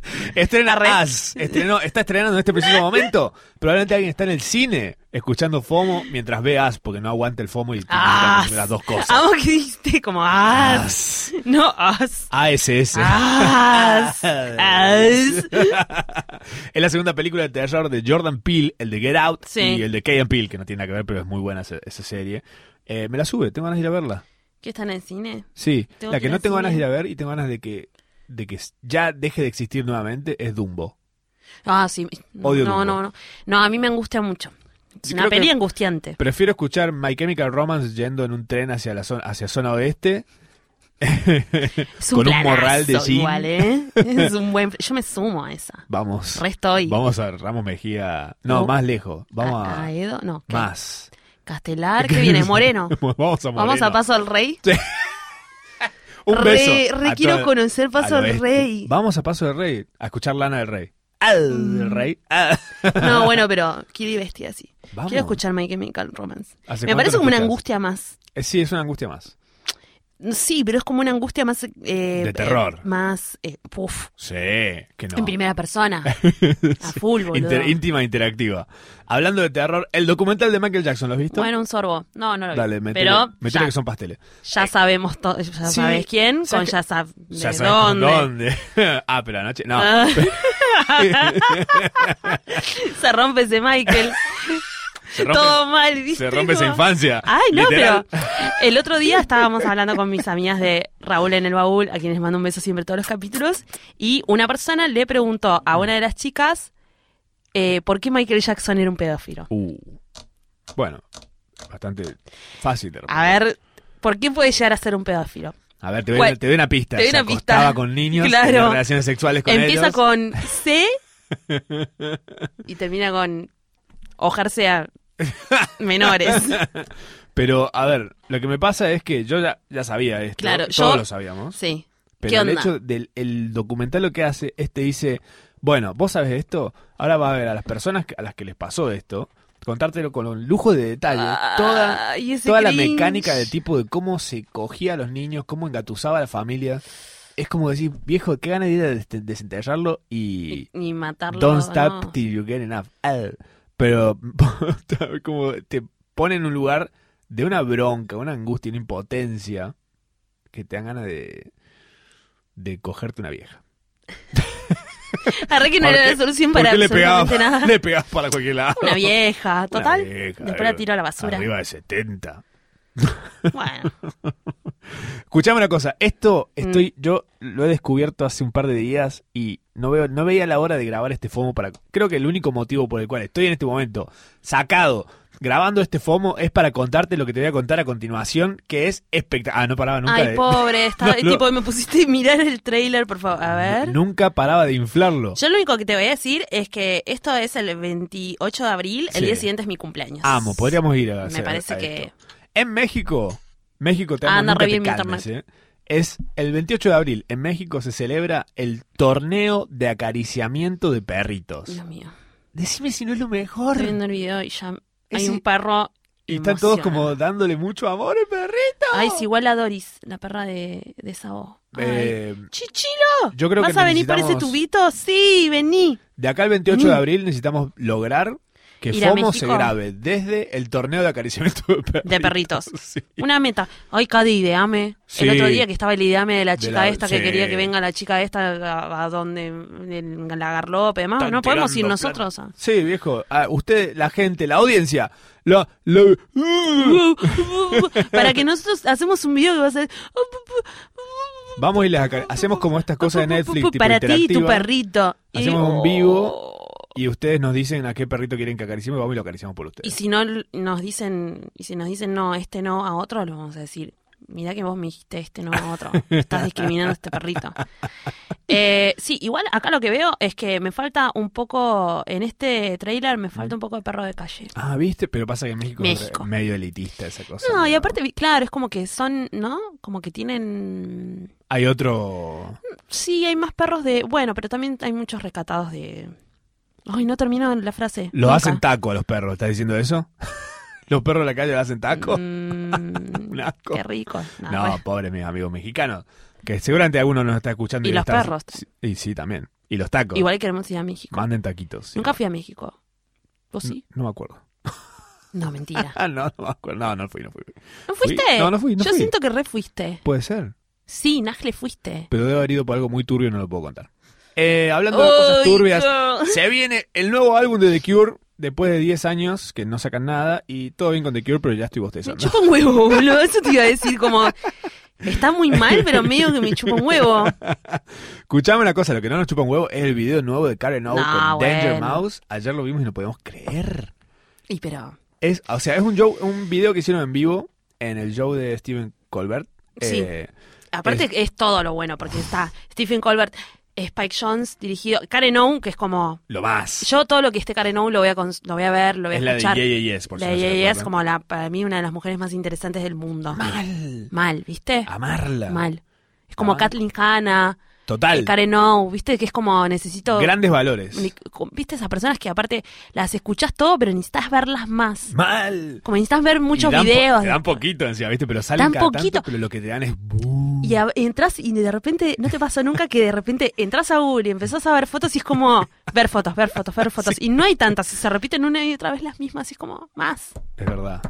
Speaker 2: Estrena As. Estrenó, está estrenando en este preciso momento. Probablemente alguien está en el cine escuchando FOMO mientras ve As, porque no aguanta el FOMO y tiene que
Speaker 3: Ah,
Speaker 2: hacer las dos cosas.
Speaker 3: Amo que dijiste como as.
Speaker 2: As.
Speaker 3: No as.
Speaker 2: ASS.
Speaker 3: As. As.
Speaker 2: Es la segunda película de terror de Jordan Peele, el de Get Out
Speaker 3: Sí.
Speaker 2: y el de Key Peele, que no tiene nada que ver, pero es muy buena esa, esa serie. Eh, me la sube, tengo ganas de ir a verla.
Speaker 3: ¿Qué están en el cine?
Speaker 2: Sí,
Speaker 3: Tengo
Speaker 2: la
Speaker 3: que
Speaker 2: que
Speaker 3: ir
Speaker 2: no
Speaker 3: al
Speaker 2: tengo
Speaker 3: cine.
Speaker 2: ganas de ir a ver y tengo ganas de que, de que ya deje de existir nuevamente es Dumbo.
Speaker 3: Ah, sí. No,
Speaker 2: Odio
Speaker 3: no,
Speaker 2: Dumbo.
Speaker 3: no, no. No, a mí me angustia mucho. Es
Speaker 2: Sí,
Speaker 3: una
Speaker 2: creo que-
Speaker 3: peli angustiante.
Speaker 2: Prefiero escuchar My Chemical Romance yendo en un tren hacia la zona, hacia zona oeste.
Speaker 3: Es
Speaker 2: con un morral de
Speaker 3: planazo
Speaker 2: jean.
Speaker 3: Igual, ¿eh? Es un buen. Yo me sumo a esa.
Speaker 2: Vamos.
Speaker 3: Resto hoy.
Speaker 2: Vamos a Ramos Mejía. No,
Speaker 3: No.
Speaker 2: más lejos. Vamos
Speaker 3: a,
Speaker 2: a,
Speaker 3: a Edo, no. ¿qué?
Speaker 2: más.
Speaker 3: Castelar, que viene Moreno.
Speaker 2: Vamos a
Speaker 3: Vamos a
Speaker 2: Moreno.
Speaker 3: Paso del Rey.
Speaker 2: Un
Speaker 3: Re-
Speaker 2: beso.
Speaker 3: re
Speaker 2: a
Speaker 3: quiero
Speaker 2: todo-
Speaker 3: conocer Paso
Speaker 2: al
Speaker 3: del
Speaker 2: oeste.
Speaker 3: Rey.
Speaker 2: Vamos a Paso del Rey a escuchar Lana del Rey. Al del Rey. Ah.
Speaker 3: No, bueno, pero quiero ir vestida así.
Speaker 2: Vamos.
Speaker 3: Quiero escuchar My Chemical Romance.
Speaker 2: ¿Hace
Speaker 3: Me
Speaker 2: cuánto
Speaker 3: parece
Speaker 2: no
Speaker 3: como una
Speaker 2: escuchas?
Speaker 3: angustia más.
Speaker 2: Eh, Sí, es una angustia más.
Speaker 3: Sí, pero es como una angustia más. eh, eh,
Speaker 2: terror.
Speaker 3: más. eh, puf,
Speaker 2: Sí, que no.
Speaker 3: En primera persona. A full, boludo.
Speaker 2: Inter- íntima interactiva. Hablando de terror, el documental de Michael Jackson, ¿lo has visto?
Speaker 3: Bueno, un sorbo. No, no lo vi.
Speaker 2: Dale, metele,
Speaker 3: pero
Speaker 2: metele
Speaker 3: ya,
Speaker 2: que son pasteles.
Speaker 3: ya sabes todo. Ya
Speaker 2: Sí,
Speaker 3: sabes quién.
Speaker 2: ¿sabes
Speaker 3: Con
Speaker 2: que-
Speaker 3: ya sabes de
Speaker 2: Ya sabes con
Speaker 3: dónde.
Speaker 2: dónde. ah, pero anoche. No.
Speaker 3: Ah. se rompe ese Michael.
Speaker 2: se rompe,
Speaker 3: Todo mal, ¿viste?
Speaker 2: se rompe esa
Speaker 3: Como-
Speaker 2: infancia.
Speaker 3: Ay, no,
Speaker 2: Literal.
Speaker 3: pero el otro día estábamos hablando con mis amigas de Raúl en el baúl, a quienes mando un beso siempre todos los capítulos, y una persona le preguntó a una de las chicas eh, por qué Michael Jackson era un pedófilo.
Speaker 2: Uh. Bueno, bastante fácil de
Speaker 3: A ver, ¿por qué puede llegar a ser un pedófilo?
Speaker 2: A ver, te doy,
Speaker 3: ¿Cuál?
Speaker 2: te doy una pista.
Speaker 3: Te doy
Speaker 2: Se
Speaker 3: una pista.
Speaker 2: acostaba con niños,
Speaker 3: Claro.
Speaker 2: tenía relaciones sexuales con
Speaker 3: Empieza
Speaker 2: ellos.
Speaker 3: con C y termina con ojarse a menores.
Speaker 2: Pero, a ver, lo que me pasa es que yo ya, ya sabía esto.
Speaker 3: Claro,
Speaker 2: todos
Speaker 3: yo-
Speaker 2: lo sabíamos.
Speaker 3: Sí. ¿Qué
Speaker 2: Pero el
Speaker 3: onda?
Speaker 2: hecho del el documental lo que hace es te dice, bueno, vos sabes esto, ahora va a ver a las personas que- a las que les pasó esto, contártelo con lujo de detalle. toda
Speaker 3: Ay, Ah, ese
Speaker 2: toda la
Speaker 3: cringe.
Speaker 2: mecánica del tipo de cómo se cogía a los niños, cómo engatusaba a la familia. Es como decir, viejo, qué ganas de ir a des- desenterrarlo y.
Speaker 3: Y, y matarlo.
Speaker 2: Don't stop
Speaker 3: no. Ah,
Speaker 2: till you get enough. Al. Pero como te pone en un lugar de una bronca, una angustia, una impotencia que te dan ganas de, de cogerte una vieja.
Speaker 3: Arre que no
Speaker 2: ¿Por
Speaker 3: era
Speaker 2: qué-
Speaker 3: la solución
Speaker 2: ¿Por
Speaker 3: para
Speaker 2: qué le pegabas,
Speaker 3: absolutamente nada.
Speaker 2: le pegabas para cualquier lado?
Speaker 3: Una vieja,
Speaker 2: Una
Speaker 3: total.
Speaker 2: vieja,
Speaker 3: después
Speaker 2: arriba-
Speaker 3: la tiro a la basura.
Speaker 2: Arriba de 70.
Speaker 3: Bueno,
Speaker 2: Escuchame una cosa, esto estoy,
Speaker 3: Mm.
Speaker 2: yo lo he descubierto hace un par de días y no veo, no veía la hora de grabar este FOMO para. Creo que el único motivo por el cual estoy en este momento sacado grabando este FOMO es para contarte lo que te voy a contar a continuación, que es espectacular. Ah, no paraba nunca
Speaker 3: ay,
Speaker 2: de-
Speaker 3: pobre, estaba,
Speaker 2: No, no.
Speaker 3: tipo, me pusiste a mirar el trailer, por favor. A ver.
Speaker 2: Nunca paraba de inflarlo.
Speaker 3: Yo lo único que te voy a decir es que esto es el 28 de abril, el
Speaker 2: Sí.
Speaker 3: día siguiente es mi cumpleaños.
Speaker 2: Amo, podríamos ir a hacer
Speaker 3: Me parece
Speaker 2: a
Speaker 3: que-
Speaker 2: esto. En México, México te
Speaker 3: Ah,
Speaker 2: amo,
Speaker 3: anda
Speaker 2: nunca
Speaker 3: re
Speaker 2: te
Speaker 3: bien mi
Speaker 2: calmes, ¿eh? Es el 28 de abril, en México se celebra el torneo de acariciamiento de perritos.
Speaker 3: Dios mío.
Speaker 2: Decime si no es lo mejor.
Speaker 3: Estoy viendo el video y ya hay
Speaker 2: Ese-
Speaker 3: un perro.
Speaker 2: Y están todos
Speaker 3: emociona.
Speaker 2: como dándole mucho amor ¿eh, al perrito.
Speaker 3: Ay, es igual a Doris, la perra de, de Sao. Ay.
Speaker 2: Eh,
Speaker 3: Chichilo,
Speaker 2: yo creo
Speaker 3: ¿vas
Speaker 2: que
Speaker 3: a venir por ese
Speaker 2: necesitamos-
Speaker 3: tubito? Sí, vení.
Speaker 2: de acá al 28
Speaker 3: Mm.
Speaker 2: de abril necesitamos lograr que
Speaker 3: Ir a
Speaker 2: FOMO se
Speaker 3: México.
Speaker 2: grabe desde el torneo de acariciamiento de perritos.
Speaker 3: De perritos.
Speaker 2: Sí.
Speaker 3: Una meta. Ay, cada ideame.
Speaker 2: Sí.
Speaker 3: El otro día que estaba el ideame de la chica
Speaker 2: la-
Speaker 3: esta que
Speaker 2: sí.
Speaker 3: quería que venga la chica esta a, a donde en la garlope, demás.
Speaker 2: Están
Speaker 3: No podemos ir
Speaker 2: tirando
Speaker 3: nosotros.
Speaker 2: plata. Sí, viejo. Ah, usted, la gente, la audiencia. uh. La, la-
Speaker 3: Para que nosotros hacemos un video que va a ser
Speaker 2: Vamos y les acar- hacemos como estas cosas de Netflix. tipo
Speaker 3: para ti y tu
Speaker 2: interactiva,
Speaker 3: perrito. Y- Oh.
Speaker 2: Hacemos un vivo. Y ustedes nos dicen a qué perrito quieren que acariciemos y vamos y lo acariciamos por
Speaker 3: Y
Speaker 2: ustedes.
Speaker 3: si no l- nos dicen, y si nos dicen no, este no a otro, lo vamos a decir. Mirá que vos me dijiste este no a otro. Estás discriminando a este perrito. Eh, sí, igual acá lo que veo es que me falta un poco, en este trailer me falta un poco de perro de calle.
Speaker 2: Ah, ¿viste? Pero pasa que en México,
Speaker 3: México.
Speaker 2: es re- medio elitista esa cosa.
Speaker 3: No, y aparte, vi- claro, es como que son, ¿no? Como que tienen...
Speaker 2: Hay otro...
Speaker 3: Sí, hay más perros de... Bueno, pero también hay muchos rescatados de... Ay, no termino la frase.
Speaker 2: Lo
Speaker 3: Nunca.
Speaker 2: hacen taco a los perros, ¿estás diciendo eso? ¿Los perros de la calle lo hacen taco?
Speaker 3: Mm,
Speaker 2: Un asco.
Speaker 3: Qué rico. No,
Speaker 2: No,
Speaker 3: bueno.
Speaker 2: pobres mis amigos mexicanos. Que seguramente alguno nos está escuchando.
Speaker 3: Y
Speaker 2: le
Speaker 3: los
Speaker 2: está-
Speaker 3: perros.
Speaker 2: Sí, Y sí, también. Y los tacos.
Speaker 3: Igual queremos ir a México.
Speaker 2: Manden taquitos. sí.
Speaker 3: Nunca fui a México. ¿Vos sí?
Speaker 2: No, no me acuerdo.
Speaker 3: No, mentira.
Speaker 2: Ah, no, no me acuerdo. No, no fui, no fui.
Speaker 3: ¿No fuiste?
Speaker 2: No, no fui, no
Speaker 3: Yo
Speaker 2: fui.
Speaker 3: siento que re fuiste.
Speaker 2: Puede ser.
Speaker 3: Sí, Najle fuiste.
Speaker 2: Pero debe haber ido por algo muy turbio y no lo puedo contar. Eh, hablando de cosas turbias, se viene el nuevo álbum de The Cure después de 10 años que no sacan nada y todo bien con The Cure, pero ya estoy
Speaker 3: Me
Speaker 2: bostezando.
Speaker 3: chupa un huevo, boludo. Eso te iba a decir como... Está muy mal, pero medio que me chupa un huevo.
Speaker 2: Escuchame una cosa, lo que no nos chupa un huevo es el video nuevo de Karen O
Speaker 3: No,
Speaker 2: con Danger
Speaker 3: bueno.
Speaker 2: Mouse. Ayer lo vimos y no podemos creer.
Speaker 3: Y pero...
Speaker 2: Es, o sea, es un show, un video que hicieron en vivo en el show de Steven Colbert.
Speaker 3: Sí.
Speaker 2: Eh,
Speaker 3: Aparte es, todo lo bueno, porque está Stephen Colbert, Spike Jones, dirigido... Karen Owen, que es como...
Speaker 2: lo más.
Speaker 3: Yo todo lo que esté Karen Owen lo voy a, cons- lo voy a ver, lo voy a
Speaker 2: es la de
Speaker 3: escuchar.
Speaker 2: Yeah, Yeah, Yes, por si
Speaker 3: La
Speaker 2: no se
Speaker 3: de ella es
Speaker 2: acuerdan.
Speaker 3: como la, para mí una de las mujeres más interesantes del mundo.
Speaker 2: Mal.
Speaker 3: Mal, ¿viste?
Speaker 2: Amarla.
Speaker 3: Mal. Es como
Speaker 2: Ah.
Speaker 3: Kathleen Hanna,
Speaker 2: Total.
Speaker 3: Karen O, ¿viste? Que es como necesito.
Speaker 2: Grandes valores.
Speaker 3: ni- con- ¿Viste esas personas que aparte las escuchás todo, pero necesitas verlas más?
Speaker 2: Mal.
Speaker 3: Como necesitas ver muchos
Speaker 2: Y dan po-
Speaker 3: videos.
Speaker 2: Te dan poquito encima, ¿viste? Pero salen
Speaker 3: Dan
Speaker 2: cada
Speaker 3: poquito.
Speaker 2: tanto, pero lo que te dan es...
Speaker 3: y a- entras y de repente, no te pasó nunca que de repente entras a Google y empezás a ver fotos y es como ver fotos, ver fotos, ver fotos. Y no hay tantas, y se repiten una y otra vez las mismas, y es como más.
Speaker 2: Es verdad.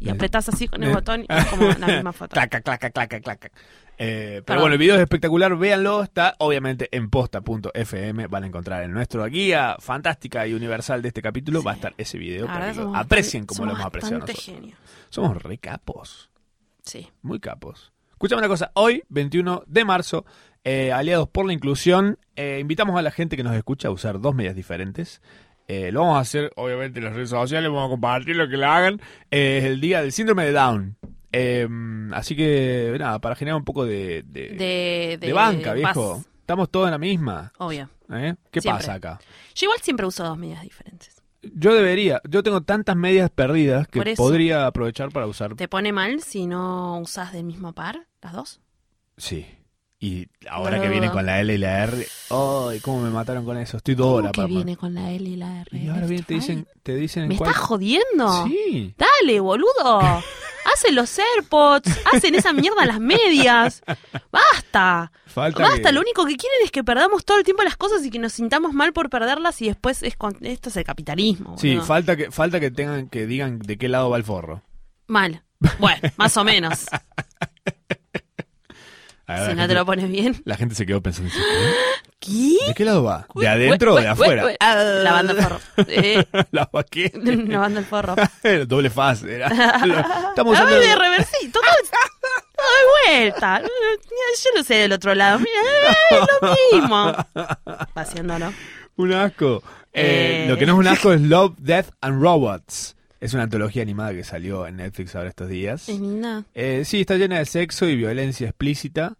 Speaker 3: Y
Speaker 2: Eh,
Speaker 3: apretás así con el
Speaker 2: eh.
Speaker 3: botón y es como la misma foto.
Speaker 2: Claca, claca, claca, claca. Eh, pero
Speaker 3: Perdón.
Speaker 2: bueno, el video es espectacular, véanlo, está obviamente en posta.fm, van a encontrar en nuestra guía fantástica y universal de este capítulo, va a estar ese video
Speaker 3: La verdad
Speaker 2: para que lo
Speaker 3: somos
Speaker 2: aprecien
Speaker 3: bastante-
Speaker 2: como lo
Speaker 3: somos
Speaker 2: hemos apreciado
Speaker 3: bastante
Speaker 2: nosotros.
Speaker 3: genios.
Speaker 2: Somos re capos,
Speaker 3: Sí.
Speaker 2: muy capos. Escuchame una cosa, hoy, 21 de marzo, eh, Aliados por la Inclusión, eh, invitamos a la gente que nos escucha a usar dos medias diferentes. Eh, lo vamos a hacer, obviamente, en las redes sociales, vamos a compartir lo que le hagan. Eh, es el día del síndrome de Down. Eh, así que, nada, para generar un poco de, de,
Speaker 3: De,
Speaker 2: Eh, de banca, viejo.
Speaker 3: paz,
Speaker 2: Estamos todos en la misma.
Speaker 3: obvio.
Speaker 2: ¿eh? ¿Qué
Speaker 3: Siempre.
Speaker 2: pasa acá?
Speaker 3: Yo igual siempre uso dos medidas diferentes.
Speaker 2: Yo debería, yo tengo tantas medias perdidas que
Speaker 3: Por eso.
Speaker 2: podría aprovechar para usar.
Speaker 3: ¿Te pone mal si no usas del mismo par las dos?
Speaker 2: Sí. Y ahora
Speaker 3: No
Speaker 2: que
Speaker 3: lo
Speaker 2: viene
Speaker 3: dudo.
Speaker 2: con la L y la R, ¡ay! ¿Cómo me mataron con eso? Estoy toda
Speaker 3: ¿Cómo
Speaker 2: hora
Speaker 3: que
Speaker 2: para.
Speaker 3: viene con la L y la R?
Speaker 2: Y ahora bien te dicen, te dicen en
Speaker 3: ¿Me
Speaker 2: cuál-
Speaker 3: estás jodiendo?
Speaker 2: Sí.
Speaker 3: Dale, boludo. Hacen los AirPods, hacen esa mierda a las medias. Basta.
Speaker 2: Falta
Speaker 3: Basta,
Speaker 2: que-
Speaker 3: lo único que quieren es que perdamos todo el tiempo las cosas y que nos sintamos mal por perderlas y después es con... esto es el capitalismo.
Speaker 2: Sí,
Speaker 3: boludo.
Speaker 2: falta que falta que tengan que digan de qué lado va el forro.
Speaker 3: mal. Bueno, más o menos.
Speaker 2: A ver, la,
Speaker 3: si no
Speaker 2: gente,
Speaker 3: te lo pones bien.
Speaker 2: la gente se quedó pensando, ¿sí? ¿Qué?
Speaker 3: ¿Qué?
Speaker 2: ¿de qué lado va? ¿De adentro o de afuera?
Speaker 3: Lavando el forro. Eh,
Speaker 2: La vaquera.
Speaker 3: lavando el forro.
Speaker 2: El doble faz. Era. Estamos
Speaker 3: A
Speaker 2: usando-
Speaker 3: ver, de reversito. Todo, todo de vuelta. Yo lo sé del otro lado. Mira, eh, lo mismo. Paseándolo.
Speaker 2: un asco. Eh,
Speaker 3: Eh.
Speaker 2: Lo que no es un asco es Love, Death and Robots. Es una antología animada que salió en Netflix ahora estos días.
Speaker 3: Es linda.
Speaker 2: Eh, sí, está llena de sexo y violencia explícita.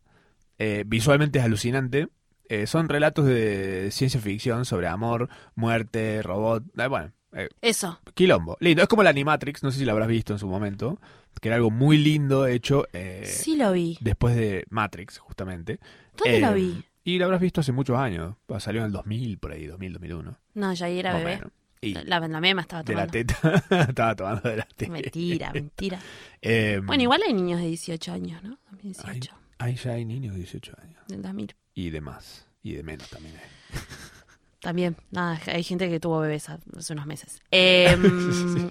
Speaker 2: Eh, visualmente es alucinante. Eh, son relatos de ciencia ficción sobre amor, muerte, robot. eh, bueno, eh,
Speaker 3: Eso.
Speaker 2: quilombo. Lindo. Es como la Animatrix, no sé si la habrás visto en su momento. Que era algo muy lindo hecho eh,
Speaker 3: Sí lo vi.
Speaker 2: después de Matrix, justamente.
Speaker 3: ¿Dónde
Speaker 2: Eh,
Speaker 3: lo vi?
Speaker 2: Y la habrás visto hace muchos años. Pues, Salió en el 2000, por ahí, 2000, 2001.
Speaker 3: No, ya ahí era
Speaker 2: más o
Speaker 3: bebé.
Speaker 2: menos. Y
Speaker 3: La, la mema estaba
Speaker 2: de la
Speaker 3: tomando.
Speaker 2: teta. Estaba tomando de la teta.
Speaker 3: Mentira, mentira.
Speaker 2: Eh,
Speaker 3: Bueno, igual hay niños de 18 años, ¿no? 2018.
Speaker 2: Ahí ya hay niños de 18 años.
Speaker 3: Del 2000.
Speaker 2: Y demás. Y de menos también eh. hay.
Speaker 3: También, nada, hay gente que tuvo bebés hace unos meses. Em,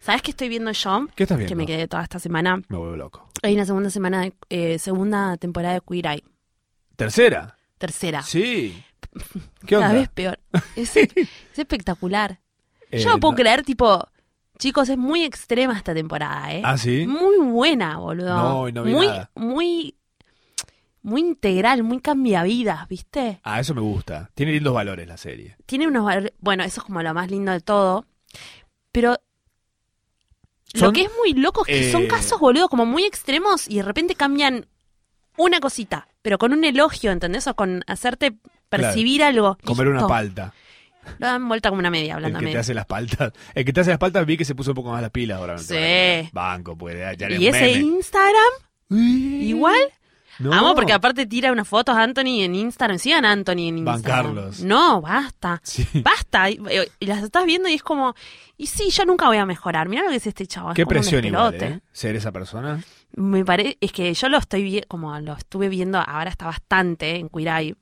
Speaker 3: ¿Sabes qué estoy viendo yo?
Speaker 2: ¿Qué estás viendo?
Speaker 3: Que me quedé toda esta semana.
Speaker 2: Me vuelvo loco.
Speaker 3: Hay una segunda semana, de- eh, segunda temporada de Queer Eye.
Speaker 2: Tercera.
Speaker 3: Tercera.
Speaker 2: Sí. ¿Qué
Speaker 3: Cada vez
Speaker 2: onda? Eh,
Speaker 3: peor. Es, e-, es espectacular. Yo no puedo
Speaker 2: creer.
Speaker 3: creer, tipo, chicos, es muy extrema esta temporada, ¿eh?
Speaker 2: Ah, sí.
Speaker 3: Muy buena, boludo.
Speaker 2: No, y no vi
Speaker 3: muy,
Speaker 2: nada.
Speaker 3: muy, muy integral, muy cambiavidas, ¿viste?
Speaker 2: Ah, eso me gusta. Tiene lindos valores la serie.
Speaker 3: Tiene unos valores. Bueno, eso es como lo más lindo de todo. Pero. lo
Speaker 2: Son,
Speaker 3: que es muy loco es que son
Speaker 2: eh,
Speaker 3: casos, boludo, como muy extremos y de repente cambian una cosita, pero con un elogio, ¿entendés? O con hacerte percibir algo.
Speaker 2: Comer una
Speaker 3: Listo.
Speaker 2: palta.
Speaker 3: Lo dan vuelta como una media,
Speaker 2: El
Speaker 3: hablando
Speaker 2: que te
Speaker 3: media.
Speaker 2: hace las paltas. El que te hace las paltas vi que se puso un poco más las pilas ahora.
Speaker 3: Sí.
Speaker 2: Banco, pues. Ya ya era
Speaker 3: Y
Speaker 2: un
Speaker 3: ese
Speaker 2: meme.
Speaker 3: Instagram, igual.
Speaker 2: No.
Speaker 3: Amo porque aparte tira unas fotos a Anthony en Instagram. Sigan a Anthony en Instagram.
Speaker 2: Bancarlos.
Speaker 3: No, basta.
Speaker 2: Sí.
Speaker 3: Basta. Y, eh, y las estás viendo y es como. Y sí, yo nunca voy a mejorar. Mirá lo que es este chavo. es
Speaker 2: Qué
Speaker 3: como un
Speaker 2: presión igual,
Speaker 3: despelote.
Speaker 2: ¿eh? Ser esa persona.
Speaker 3: Me parece. Es que yo lo estoy vi- como lo estuve viendo ahora está bastante en Queer Eye.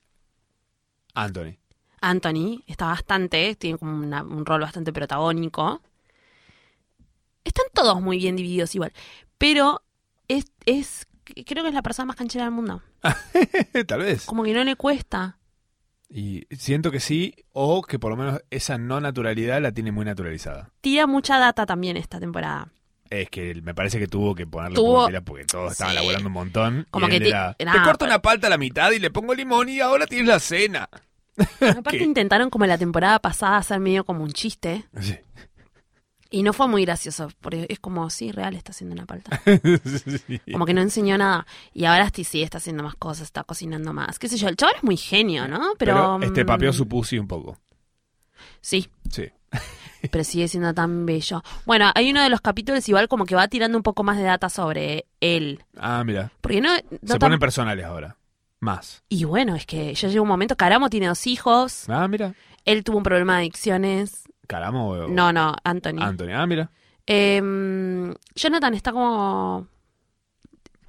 Speaker 2: Anthony.
Speaker 3: Anthony está bastante, tiene como una- un rol bastante protagónico. Están todos muy bien divididos igual, pero es, es creo que es la persona más canchera del mundo.
Speaker 2: Tal vez.
Speaker 3: Como que no le cuesta.
Speaker 2: Y siento que sí, o que por lo menos esa no naturalidad la tiene muy naturalizada.
Speaker 3: Tira mucha data también esta temporada.
Speaker 2: Es que me parece que tuvo que ponerle
Speaker 3: Tuvo-
Speaker 2: poco pila porque todos estaban
Speaker 3: Sí.
Speaker 2: laburando un montón.
Speaker 3: Como
Speaker 2: y
Speaker 3: que
Speaker 2: él
Speaker 3: ti-
Speaker 2: era, te,
Speaker 3: nah,
Speaker 2: corto
Speaker 3: pero-
Speaker 2: una palta a la mitad y le pongo limón y ahora tienes la cena.
Speaker 3: Aparte
Speaker 2: ¿Qué?
Speaker 3: intentaron como la temporada pasada hacer medio como un chiste
Speaker 2: Sí.
Speaker 3: y no fue muy gracioso, porque es como, sí, real está haciendo una palta. Como que no enseñó nada. Y ahora este sí está haciendo más cosas, está cocinando más. Qué sé yo, el chaval es muy genio, ¿no? Pero,
Speaker 2: Pero este papeó
Speaker 3: mm,
Speaker 2: su pussy un poco.
Speaker 3: Sí,
Speaker 2: Sí.
Speaker 3: pero sigue siendo tan bello. Bueno, hay uno de los capítulos igual como que va tirando un poco más de data sobre él.
Speaker 2: Ah, mira.
Speaker 3: Porque no...
Speaker 2: Se
Speaker 3: no tan-
Speaker 2: ponen personales ahora. Más.
Speaker 3: Y bueno, es que ya llega un momento, Caramo tiene dos hijos,
Speaker 2: Ah, mira.
Speaker 3: él tuvo un problema de adicciones.
Speaker 2: Caramo. o-
Speaker 3: No, no, Anthony.
Speaker 2: Anthony. Ah, mira.
Speaker 3: Em, Jonathan está como...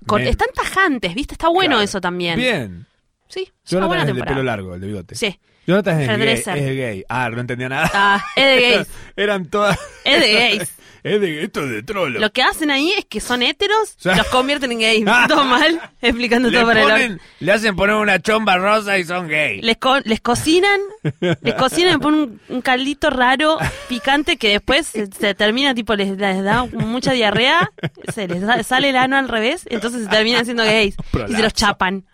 Speaker 3: con-
Speaker 2: Men.
Speaker 3: están tajantes, ¿viste? Está bueno
Speaker 2: Claro.
Speaker 3: eso también.
Speaker 2: Bien.
Speaker 3: Sí, es una
Speaker 2: Jonathan
Speaker 3: buena
Speaker 2: es el de pelo
Speaker 3: temporada.
Speaker 2: largo, el de bigote.
Speaker 3: Sí.
Speaker 2: Jonathan es el, gay, es
Speaker 3: Hairdresser.
Speaker 2: el gay. Ah, no entendía nada.
Speaker 3: Ah, es de gays,
Speaker 2: Eran todas.
Speaker 3: es de gays.
Speaker 2: Es de esto es de trolo.
Speaker 3: Lo que hacen ahí es que son héteros,
Speaker 2: sea-
Speaker 3: los convierten en gays. Todo mal, explicando
Speaker 2: le,
Speaker 3: todo para el orto.
Speaker 2: ponen- le hacen poner una chomba rosa y son gay.
Speaker 3: Les, co- les cocinan, les cocinan, le ponen un, un caldito raro, picante, que después se, se termina, tipo, les, les da mucha diarrea, se les da- sale el ano al revés, entonces se terminan siendo gays. Y se los
Speaker 2: Prolapso.
Speaker 3: chapan.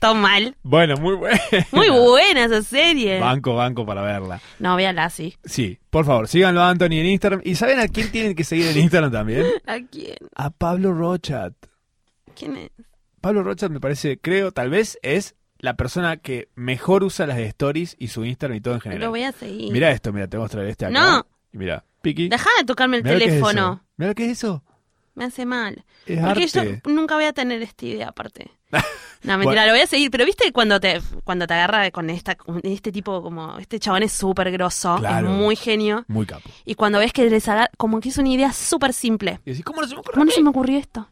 Speaker 3: Todo mal.
Speaker 2: Bueno, muy bueno.
Speaker 3: Muy buena esa serie.
Speaker 2: Banco, banco para verla.
Speaker 3: No, véala así.
Speaker 2: Sí, por favor, síganlo a Anthony en Instagram. ¿Y saben a quién tienen que seguir en Instagram también?
Speaker 3: ¿A quién?
Speaker 2: A Pablo Rochat.
Speaker 3: ¿Quién es?
Speaker 2: Pablo Rochat me parece, creo, tal vez es la persona que mejor usa las stories y su Instagram y todo en
Speaker 3: Lo
Speaker 2: general.
Speaker 3: voy a seguir.
Speaker 2: Mira esto, mira, te voy a mostrar este acá.
Speaker 3: No.
Speaker 2: Y mira, Piki.
Speaker 3: Deja de tocarme el
Speaker 2: mirá lo que es eso.
Speaker 3: teléfono.
Speaker 2: Mirá lo que es eso.
Speaker 3: Me hace mal.
Speaker 2: Es
Speaker 3: Porque
Speaker 2: arte.
Speaker 3: yo nunca voy a tener esta idea aparte. No, mentira, lo voy a seguir. Pero viste cuando te, cuando te agarra con esta, con este tipo, como, este chabón es súper grosso,
Speaker 2: Claro.
Speaker 3: es muy genio.
Speaker 2: Muy capo.
Speaker 3: Y cuando ves que les agarra, como que es una idea súper simple.
Speaker 2: Y así, ¿cómo no se me ocurre?
Speaker 3: ¿Cómo no se me ocurrió esto?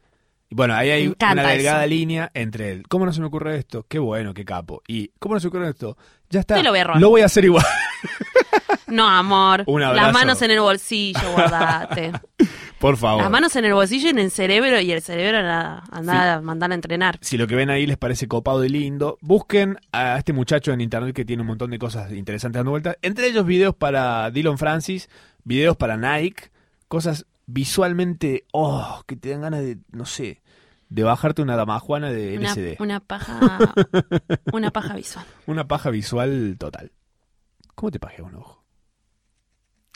Speaker 2: Y Bueno, ahí hay
Speaker 3: Me encanta
Speaker 2: una delgada
Speaker 3: eso.
Speaker 2: línea entre el ¿cómo no se me ocurre esto? Qué bueno, qué capo. Y ¿cómo no se me ocurre esto? Ya está.
Speaker 3: Te lo voy a robar.
Speaker 2: Lo voy a hacer igual.
Speaker 3: No, amor.
Speaker 2: Un abrazo.
Speaker 3: Las manos en el bolsillo, guardate.
Speaker 2: Por favor.
Speaker 3: Las manos en el bolsillo y en el cerebro, y el cerebro nada, andar a mandar a entrenar.
Speaker 2: Si lo que ven ahí les parece copado y lindo, busquen a este muchacho en internet que tiene un montón de cosas interesantes dando vueltas. Entre ellos videos para Dylan Francis, videos para Nike, cosas visualmente, oh, que te dan ganas de, no sé, de bajarte una damajuana de
Speaker 3: Una,
Speaker 2: LCD. Una,
Speaker 3: una paja, una paja visual.
Speaker 2: paja visual total. ¿Cómo te pajea un ojo?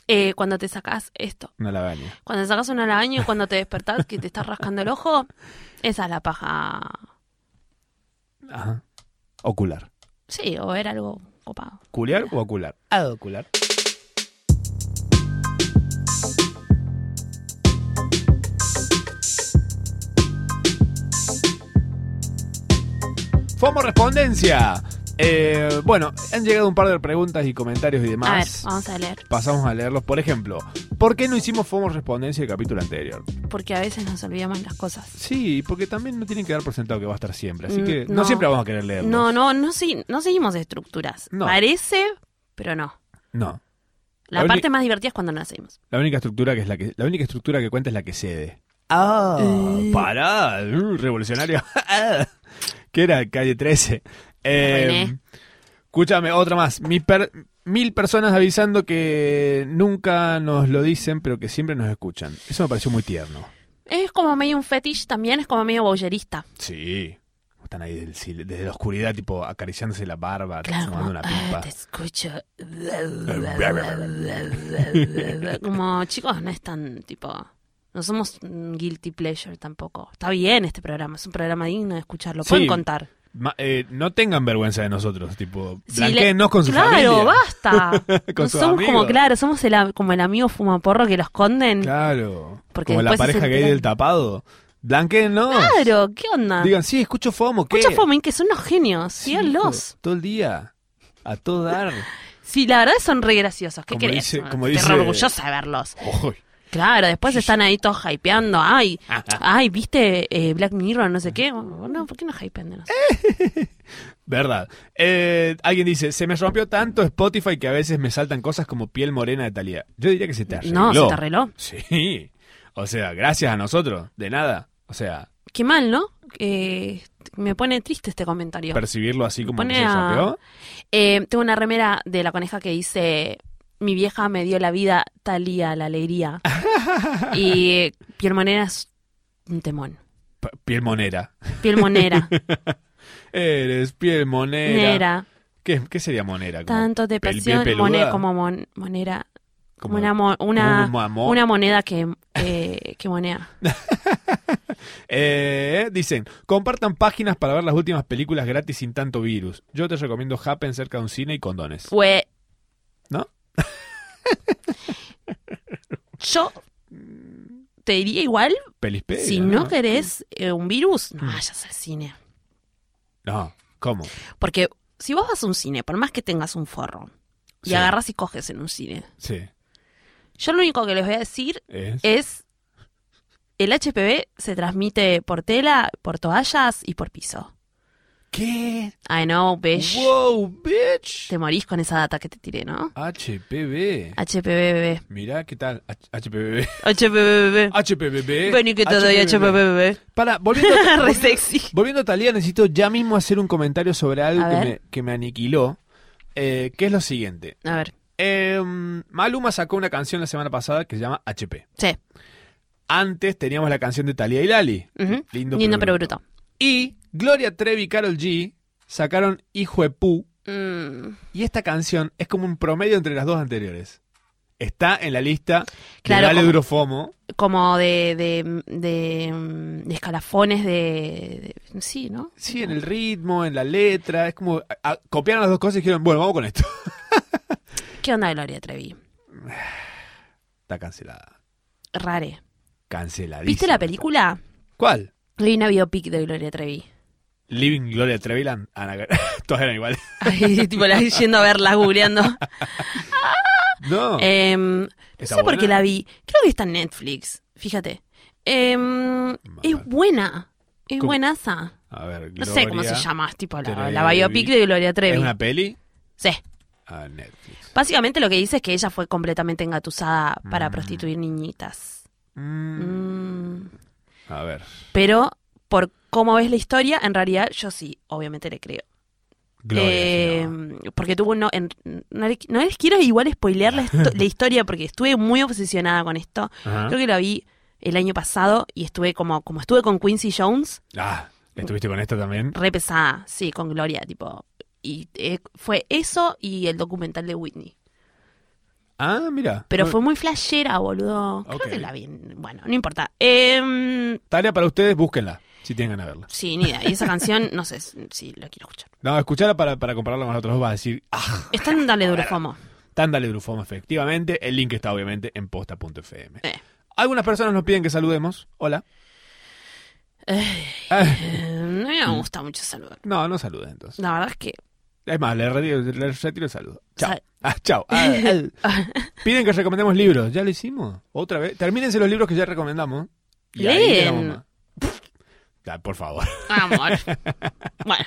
Speaker 3: Eh, cuando te sacas esto,
Speaker 2: Una lagaña.
Speaker 3: cuando te sacas una lagaña y cuando te despertás que te estás rascando el ojo, esa es la paja.
Speaker 2: Ajá. Ocular.
Speaker 3: Sí, o era algo copado.
Speaker 2: ¿Culiar o ocular? ocular. FOMO Respondencia. Eh, bueno, han llegado un par de preguntas y comentarios y
Speaker 3: A ver,
Speaker 2: demás.
Speaker 3: vamos a leer.
Speaker 2: Pasamos a leerlos. Por ejemplo, ¿por qué no hicimos FOMO Respondencia el capítulo anterior?
Speaker 3: Porque a veces nos olvidamos las cosas.
Speaker 2: Sí, porque también no tienen que dar por sentado que va a estar siempre. Así
Speaker 3: Mm,
Speaker 2: que no,
Speaker 3: no.
Speaker 2: siempre vamos a querer leerlos.
Speaker 3: No, no, no, sí, no seguimos estructuras.
Speaker 2: No.
Speaker 3: Parece, pero no.
Speaker 2: No.
Speaker 3: La
Speaker 2: La
Speaker 3: parte más divertida es cuando no la seguimos.
Speaker 2: La única estructura que es la que la única estructura que cuenta es la que cede. Ah, pará, uh, revolucionario. que era calle 13. Eh,
Speaker 3: Arruiné.
Speaker 2: escúchame, otra más. Mi per- mil personas avisando que nunca nos lo dicen, pero que siempre nos escuchan. Eso me pareció muy tierno.
Speaker 3: Es como medio un fetish también, es como medio boyerista.
Speaker 2: Sí. Están ahí del sil- desde la oscuridad, tipo acariciándose la barba,
Speaker 3: Claro,
Speaker 2: tomando
Speaker 3: como,
Speaker 2: una
Speaker 3: "Ah,
Speaker 2: pipa. Eh,
Speaker 3: te escucho. como, chicos, no es tan tipo... No somos un guilty pleasure tampoco. Está bien este programa, es un programa digno de escucharlo. Pueden
Speaker 2: Sí.
Speaker 3: contar.
Speaker 2: Ma- eh, no tengan vergüenza de nosotros, tipo,
Speaker 3: Si le-
Speaker 2: blanquéennos con su
Speaker 3: claro,
Speaker 2: familia.
Speaker 3: basta.
Speaker 2: Con
Speaker 3: No
Speaker 2: sus
Speaker 3: somos como,
Speaker 2: amigos.
Speaker 3: claro, somos el, am- como el amigo fumaporro que lo esconden. Claro,
Speaker 2: Claro.
Speaker 3: Mm. Porque
Speaker 2: Como la
Speaker 3: después
Speaker 2: pareja
Speaker 3: se
Speaker 2: gay
Speaker 3: enteran.
Speaker 2: del tapado. Blanqueennos.
Speaker 3: ¿qué onda?
Speaker 2: Digan, sí, escucho FOMO. ¿qué?
Speaker 3: Mucha fome, que son unos genios.
Speaker 2: Sí,
Speaker 3: síganlos.
Speaker 2: hijo, Todo el día. A todo dar.
Speaker 3: Sí, la verdad son re graciosos. ¿Qué
Speaker 2: Como
Speaker 3: querés?
Speaker 2: dice- como
Speaker 3: Estoy
Speaker 2: dice-
Speaker 3: re orgullosa de verlos.
Speaker 2: Uy.
Speaker 3: Claro, después están ahí todos hypeando. Ay,
Speaker 2: Ah.
Speaker 3: ay, ¿viste eh, Black Mirror? No sé qué. Bueno, ¿por qué no hypean de nosotros?
Speaker 2: Verdad. Eh, alguien dice, se me rompió tanto Spotify que a veces me saltan cosas como piel morena de Talía. Yo diría que se te Eh, arregló.
Speaker 3: No, se te arregló.
Speaker 2: Sí. O sea, gracias a nosotros. De nada. O sea,
Speaker 3: Qué mal, ¿no? Eh, me pone triste este comentario.
Speaker 2: percibirlo así como
Speaker 3: Pone
Speaker 2: que se
Speaker 3: a-
Speaker 2: rompió.
Speaker 3: Eh, tengo una remera de la coneja que dice: Mi vieja me dio la vida, Talía, la alegría. y eh, Piel Monera es un temón.
Speaker 2: P- Piel monera.
Speaker 3: Piel Monera.
Speaker 2: Eres piel monera.
Speaker 3: Nera.
Speaker 2: ¿Qué, qué sería monera? Como
Speaker 3: Tanto de
Speaker 2: pel- piel
Speaker 3: pasión.
Speaker 2: peluda.
Speaker 3: Monera como mon- Monera. Como
Speaker 2: Como-
Speaker 3: una, mo- una,
Speaker 2: como un amor.
Speaker 3: una moneda que, eh, que monea.
Speaker 2: Eh, dicen, compartan páginas para ver las últimas películas gratis sin tanto virus. Yo te recomiendo Happen cerca de un cine y condones.
Speaker 3: Fue.
Speaker 2: ¿No?
Speaker 3: Yo te diría igual,
Speaker 2: Pelis pegas,
Speaker 3: si no querés eh, un virus, no vayas al cine.
Speaker 2: No, ¿cómo?
Speaker 3: Porque si vos vas a un cine, por más que tengas un forro, y
Speaker 2: Sí.
Speaker 3: agarras y coges en un cine,
Speaker 2: Sí.
Speaker 3: yo lo único que les voy a decir
Speaker 2: es-
Speaker 3: es. El HPV se transmite por tela, por toallas y por piso.
Speaker 2: ¿Qué?
Speaker 3: I know, bitch.
Speaker 2: Wow, bitch.
Speaker 3: Te Ah. morís con esa data que te tiré, ¿no?
Speaker 2: HPV.
Speaker 3: HPV, bebé.
Speaker 2: Mirá qué tal. H- HPV.
Speaker 3: HPV, bebé.
Speaker 2: Ah, HPV.
Speaker 3: Vení que te doy HPV, bebé.
Speaker 2: Para, volviendo,
Speaker 3: Re
Speaker 2: volviendo-
Speaker 3: sexy.
Speaker 2: Volviendo a Talía, necesito ya mismo hacer un comentario sobre algo
Speaker 3: A
Speaker 2: que
Speaker 3: ver.
Speaker 2: me, que me aniquiló. Eh, que es lo siguiente.
Speaker 3: A ver,
Speaker 2: Eh, Maluma sacó una canción la semana pasada que se llama HP.
Speaker 3: sí.
Speaker 2: Antes teníamos la canción de Talía y Lali.
Speaker 3: Ujú.
Speaker 2: Lindo,
Speaker 3: pero bruto.
Speaker 2: Y Gloria Trevi y Carol G sacaron Hijo de Pu.
Speaker 3: Mm.
Speaker 2: Y esta canción es como un promedio entre las dos anteriores. Está en la lista de
Speaker 3: Claro,
Speaker 2: Dale
Speaker 3: como-
Speaker 2: Duro Fomo.
Speaker 3: Como de, de, de, mm, de escalafones de, de- Sí, ¿no?
Speaker 2: Sí, en el ritmo, en la letra. Es como. a- a- copiaron las dos cosas y dijeron, bueno, vamos con esto.
Speaker 3: ¿Qué onda Gloria Trevi?
Speaker 2: Está cancelada.
Speaker 3: Rare.
Speaker 2: Canceladísima.
Speaker 3: ¿Viste la película?
Speaker 2: ¿Cuál?
Speaker 3: Hay una biopic de Gloria Trevi.
Speaker 2: Living Gloria Treviland, Ana- todas eran iguales.
Speaker 3: Ahí, tipo, la yendo a verla, googleando.
Speaker 2: No.
Speaker 3: Em, no
Speaker 2: ¿Está
Speaker 3: sé por qué
Speaker 2: buena?
Speaker 3: la vi. Creo que está en Netflix, fíjate. Em, es buena. Es
Speaker 2: ¿Cómo?
Speaker 3: buenaza.
Speaker 2: a ver,
Speaker 3: No
Speaker 2: Gloria,
Speaker 3: sé cómo se llama, es tipo la,
Speaker 2: Trevi.
Speaker 3: la biopic de Gloria Trevi.
Speaker 2: ¿Es una peli?
Speaker 3: Sí.
Speaker 2: A Netflix.
Speaker 3: Básicamente lo que dice es que ella fue completamente engatusada para
Speaker 2: Mm.
Speaker 3: prostituir niñitas.
Speaker 2: Mm,
Speaker 3: Mm.
Speaker 2: A ver.
Speaker 3: Pero por cómo ves la historia, en realidad yo sí, obviamente le creo.
Speaker 2: Gloria. se
Speaker 3: Eh,
Speaker 2: llama.
Speaker 3: porque tuvo no, en- no, le- no les quiero igual spoilear la, histo- la historia porque estuve muy obsesionada con esto.
Speaker 2: Ajá.
Speaker 3: Creo que la vi el año pasado y estuve como como estuve con Quincy Jones,
Speaker 2: Ah, ¿estuviste con esto también?
Speaker 3: re pesada, sí, con Gloria, tipo y eh, fue eso y el documental de Whitney.
Speaker 2: Ah, mira.
Speaker 3: Pero
Speaker 2: No-
Speaker 3: fue muy flashera, boludo. Creo
Speaker 2: Ok.
Speaker 3: que la vi. en- Bueno, no importa. Em,
Speaker 2: Tarea para ustedes, búsquenla, si tienen ganas de verla.
Speaker 3: sí, ni idea. Y esa canción, no sé si la quiero escuchar.
Speaker 2: No, escucharla para, para compararla con las otras dos, vas a decir, ah,
Speaker 3: Está en Dale Duro Fomo.
Speaker 2: tándale Grufoma, efectivamente. El link está obviamente en posta.fm.
Speaker 3: Eh.
Speaker 2: Algunas personas nos piden que saludemos. Hola. Ah,
Speaker 3: Eh, no me gusta mucho saludar.
Speaker 2: no, no saludes entonces.
Speaker 3: La verdad es que
Speaker 2: Es más, le retiro, le retiro el saludo. Chao.
Speaker 3: Sal-
Speaker 2: Ah, chao. Ah, ah. Piden que recomendemos libros. ¿Ya lo hicimos? ¿Otra vez? Termínense los libros que ya recomendamos. Y ahí
Speaker 3: Leen.
Speaker 2: te la mamá. Ya, por favor.
Speaker 3: Amor. bueno,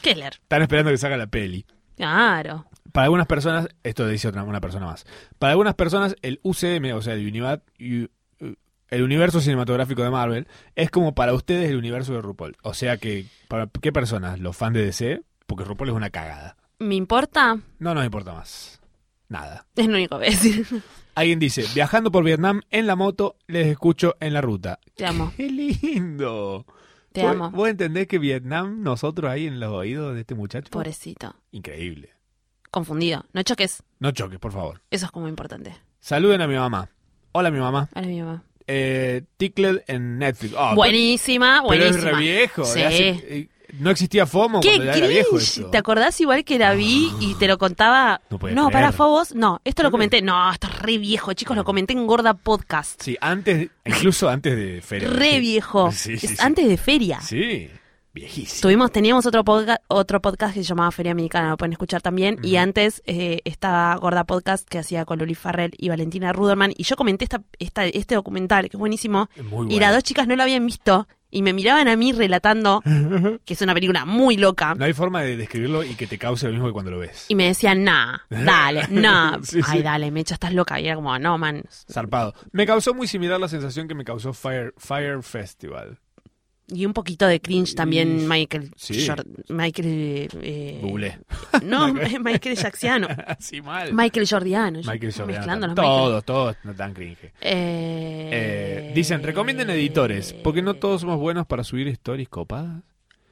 Speaker 3: ¿qué es leer?
Speaker 2: Están esperando que salga la peli.
Speaker 3: Claro.
Speaker 2: Para algunas personas, esto dice otra una persona más. Para algunas personas, el UCM, o sea, el, Univat- u- u- el universo cinematográfico de Marvel, es como para ustedes el universo de RuPaul. O sea que, ¿para qué personas? ¿Los fans de DC? Porque RuPaul es una cagada.
Speaker 3: ¿Me importa?
Speaker 2: No nos importa más. Nada.
Speaker 3: Es lo único que voy a decir.
Speaker 2: Alguien dice, viajando por Vietnam en la moto, les escucho en la ruta.
Speaker 3: Te amo,
Speaker 2: ¡Qué lindo!
Speaker 3: te
Speaker 2: ¿Vos-
Speaker 3: amo.
Speaker 2: ¿Vos entendés que Vietnam, nosotros ahí en los oídos de este muchacho?
Speaker 3: Pobrecito.
Speaker 2: Increíble.
Speaker 3: Confundido. No choques.
Speaker 2: No choques, por favor.
Speaker 3: Eso es como importante.
Speaker 2: Saluden a mi mamá. Hola, mi mamá.
Speaker 3: Ahora mi mamá.
Speaker 2: eh, Tickled en Netflix. Ah,
Speaker 3: buenísima,
Speaker 2: pero- Pero
Speaker 3: buenísima.
Speaker 2: es re viejo.
Speaker 3: Sí.
Speaker 2: de hace- eh, no existía FOMO
Speaker 3: Qué
Speaker 2: cuando ya era viejo
Speaker 3: cringe.
Speaker 2: esto.
Speaker 3: ¿Te acordás igual que la vi y te lo contaba?
Speaker 2: No podía
Speaker 3: No,
Speaker 2: creer.
Speaker 3: para fue vos. No, esto lo
Speaker 2: ¿Por qué?
Speaker 3: comenté. No, esto es re viejo, chicos. Lo comenté en Gorda Podcast.
Speaker 2: Sí, antes, incluso antes de Feria.
Speaker 3: Re viejo.
Speaker 2: Sí, sí,
Speaker 3: es
Speaker 2: sí.
Speaker 3: antes de feria.
Speaker 2: Sí, viejísimo.
Speaker 3: Tuvimos, teníamos otro podcast, otro podcast que se llamaba Feria Americana, lo pueden escuchar también. Y
Speaker 2: Ujú.
Speaker 3: antes eh, estaba Gorda Podcast que hacía con Luli Farrell y Valentina Ruderman. Y yo comenté esta, esta- este documental, que es buenísimo.
Speaker 2: Muy bueno.
Speaker 3: Y las dos chicas no lo habían visto y me miraban a mí relatando que es una película muy loca.
Speaker 2: No hay forma de describirlo y que te cause lo mismo que cuando lo ves.
Speaker 3: Y me decían, nah, dale, nah.
Speaker 2: Sí,
Speaker 3: Ay,
Speaker 2: sí.
Speaker 3: dale, Mecha, estás loca. Y era como, no, man.
Speaker 2: Zarpado. Me causó muy similar la sensación que me causó Fire, Fire Festival.
Speaker 3: Y un poquito de cringe también,
Speaker 2: Y-
Speaker 3: Michael.
Speaker 2: sí.
Speaker 3: Jord- Michael. eh,
Speaker 2: Google.
Speaker 3: No, Michael Jackson.
Speaker 2: Así mal.
Speaker 3: Michael Jordiano. yo
Speaker 2: Michael Jordan.
Speaker 3: Mezclando los Michael.
Speaker 2: Todos, todos no tan cringe.
Speaker 3: Eh,
Speaker 2: Eh, dicen, recomienden editores, porque no todos somos buenos para subir stories copadas.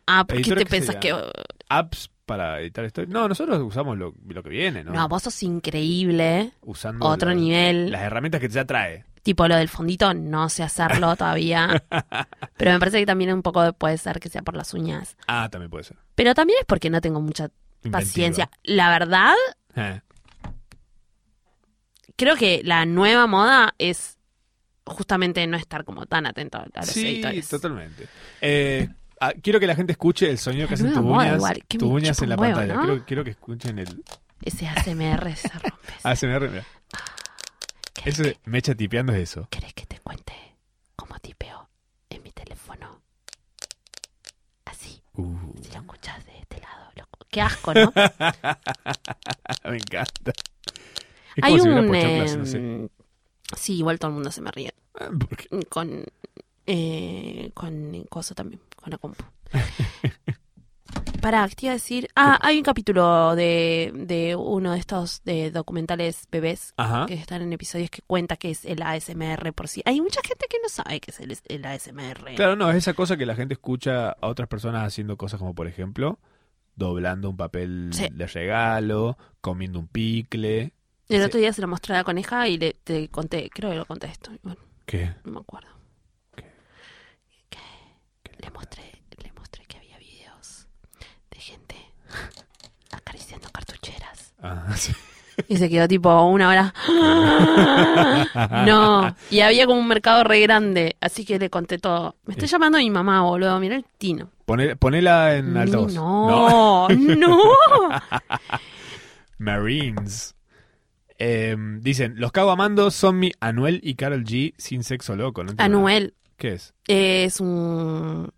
Speaker 3: Ah, porque
Speaker 2: editores
Speaker 3: te
Speaker 2: que
Speaker 3: pensás
Speaker 2: se
Speaker 3: que.
Speaker 2: llaman. apps para editar stories. No, nosotros usamos lo, lo que viene, ¿no?
Speaker 3: No, vos sos increíble.
Speaker 2: Usando
Speaker 3: Otro
Speaker 2: la-
Speaker 3: nivel.
Speaker 2: Las herramientas que ya trae.
Speaker 3: Tipo lo del fondito, no sé hacerlo todavía. Pero me parece que también un poco puede ser que sea por las uñas.
Speaker 2: Ah, también puede ser.
Speaker 3: Pero también es porque no tengo mucha
Speaker 2: Inventiva.
Speaker 3: paciencia. La verdad,
Speaker 2: Eh,
Speaker 3: creo que la nueva moda es justamente no estar como tan atento a los
Speaker 2: Sí,
Speaker 3: editores.
Speaker 2: totalmente. Eh, ah, quiero que la gente escuche el sonido que hacen
Speaker 3: nueva
Speaker 2: tus
Speaker 3: moda
Speaker 2: uñas,
Speaker 3: igual, que Ah, me
Speaker 2: tus uñas
Speaker 3: chupa
Speaker 2: en la
Speaker 3: un huevo,
Speaker 2: pantalla.
Speaker 3: ¿no?
Speaker 2: Quiero, quiero que escuchen el
Speaker 3: Ese ASMR se rompe.
Speaker 2: ASMR. mira.
Speaker 3: ¿Querés
Speaker 2: Eso
Speaker 3: que-
Speaker 2: de mecha tipeando es eso.
Speaker 3: ¿Querés que te cuente cómo tipeo en mi teléfono? Así,
Speaker 2: Uh,
Speaker 3: si lo escuchas de este lado. lo- Qué asco, ¿no?
Speaker 2: me encanta. Es
Speaker 3: Hay
Speaker 2: como si hubiera
Speaker 3: un...
Speaker 2: pochoclas, no
Speaker 3: eh,
Speaker 2: sé.
Speaker 3: Sí, igual todo el mundo se me ríe.
Speaker 2: Ah, ¿por qué?
Speaker 3: Con... Eh, con cosa también, con la compu. Pará, ¿qué te iba a decir? Ah, hay un capítulo de, de uno de estos de documentales bebés
Speaker 2: Ajá.
Speaker 3: que están en episodios que cuenta que es el ASMR por sí. Hay mucha gente que no sabe qué es el, el ASMR.
Speaker 2: Claro, no, es esa cosa que la gente escucha a otras personas haciendo cosas como, por ejemplo, doblando un papel
Speaker 3: Sí.
Speaker 2: de regalo, comiendo un picle.
Speaker 3: El
Speaker 2: Sí.
Speaker 3: otro día se lo mostré a la coneja y le te conté, creo que lo conté esto, y bueno,
Speaker 2: ¿Qué?
Speaker 3: no me acuerdo.
Speaker 2: ¿Qué?
Speaker 3: Que le mostré, le mostré que había videos de gente acariciando cartucheras
Speaker 2: Ah, sí.
Speaker 3: Y se quedó tipo una hora. No. Y había como un mercado re grande. Así que le conté todo. Me está llamando mi mamá, boludo. Mira el tino.
Speaker 2: Poné- ponela en altavoz.
Speaker 3: Mm, No, no.
Speaker 2: Marines. Eh, dicen, los cago amando son mi Anuel y Carol G sin sexo loco. No entiendo nada.
Speaker 3: Anuel eh,
Speaker 2: ¿Qué es?
Speaker 3: es un,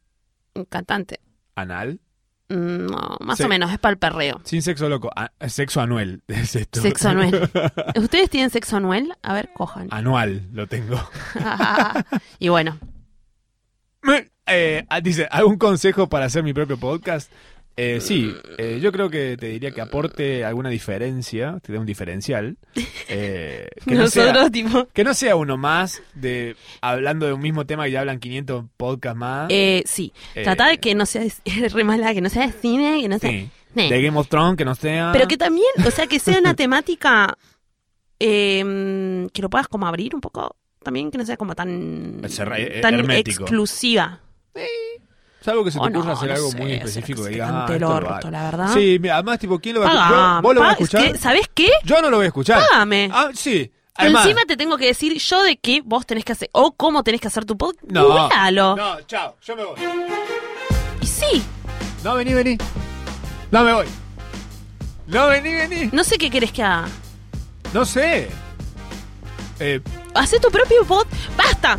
Speaker 3: un cantante.
Speaker 2: ¿Anal?
Speaker 3: Mm, No, más
Speaker 2: Sí.
Speaker 3: o menos. Es para el perreo.
Speaker 2: Sin sexo loco. A- sexo anuel. Es esto.
Speaker 3: Sexo anuel. ¿Ustedes tienen sexo anuel? A ver, cojan.
Speaker 2: Anual, lo tengo. Ah.
Speaker 3: y bueno,
Speaker 2: Eh, ah, dice, ¿algún consejo para hacer mi propio podcast? Eh, sí, eh, yo creo que te diría que aporte alguna diferencia, te dé un diferencial. eh, que no sea-
Speaker 3: nosotros tipo...
Speaker 2: Que no sea uno más de hablando de un mismo tema que ya hablan 500 podcasts más.
Speaker 3: Eh, sí,
Speaker 2: Ah. Eh,
Speaker 3: Tratá de que no sea de- es re mala, que no sea de cine, que no sea...
Speaker 2: sí,
Speaker 3: Nah.
Speaker 2: De Game of Thrones, que no sea.
Speaker 3: Pero que también, o sea, que sea una temática eh, que lo puedas como abrir un poco también, que no sea como tan,
Speaker 2: Cerra- eh,
Speaker 3: tan
Speaker 2: hermético.
Speaker 3: exclusiva.
Speaker 2: Salvo que se te
Speaker 3: O
Speaker 2: ocurra
Speaker 3: Oh, no,
Speaker 2: hacer
Speaker 3: no
Speaker 2: algo
Speaker 3: sé,
Speaker 2: muy
Speaker 3: o sea,
Speaker 2: específico
Speaker 3: que
Speaker 2: que
Speaker 3: se
Speaker 2: diga, ah,
Speaker 3: cante el
Speaker 2: esto lo
Speaker 3: orto,
Speaker 2: hago.
Speaker 3: la verdad.
Speaker 2: Sí, mira, además, tipo, ¿quién lo va a
Speaker 3: Pagá,
Speaker 2: escuchar? ¿Vos lo vas a
Speaker 3: pagá, es
Speaker 2: escuchar?
Speaker 3: que, ¿Sabes qué?
Speaker 2: Yo no lo voy a escuchar.
Speaker 3: Págame.
Speaker 2: Ah, sí. Además,
Speaker 3: Encima te tengo que decir yo de qué vos tenés que hacer o cómo tenés que hacer tu podcast.
Speaker 2: No.
Speaker 3: Googlealo.
Speaker 2: No, chao, yo me voy.
Speaker 3: Y sí,
Speaker 2: No, vení, vení. No me voy. No, vení, vení.
Speaker 3: no sé qué querés que haga.
Speaker 2: No sé. Eh,
Speaker 3: Hacé tu propio pod. ¡Basta!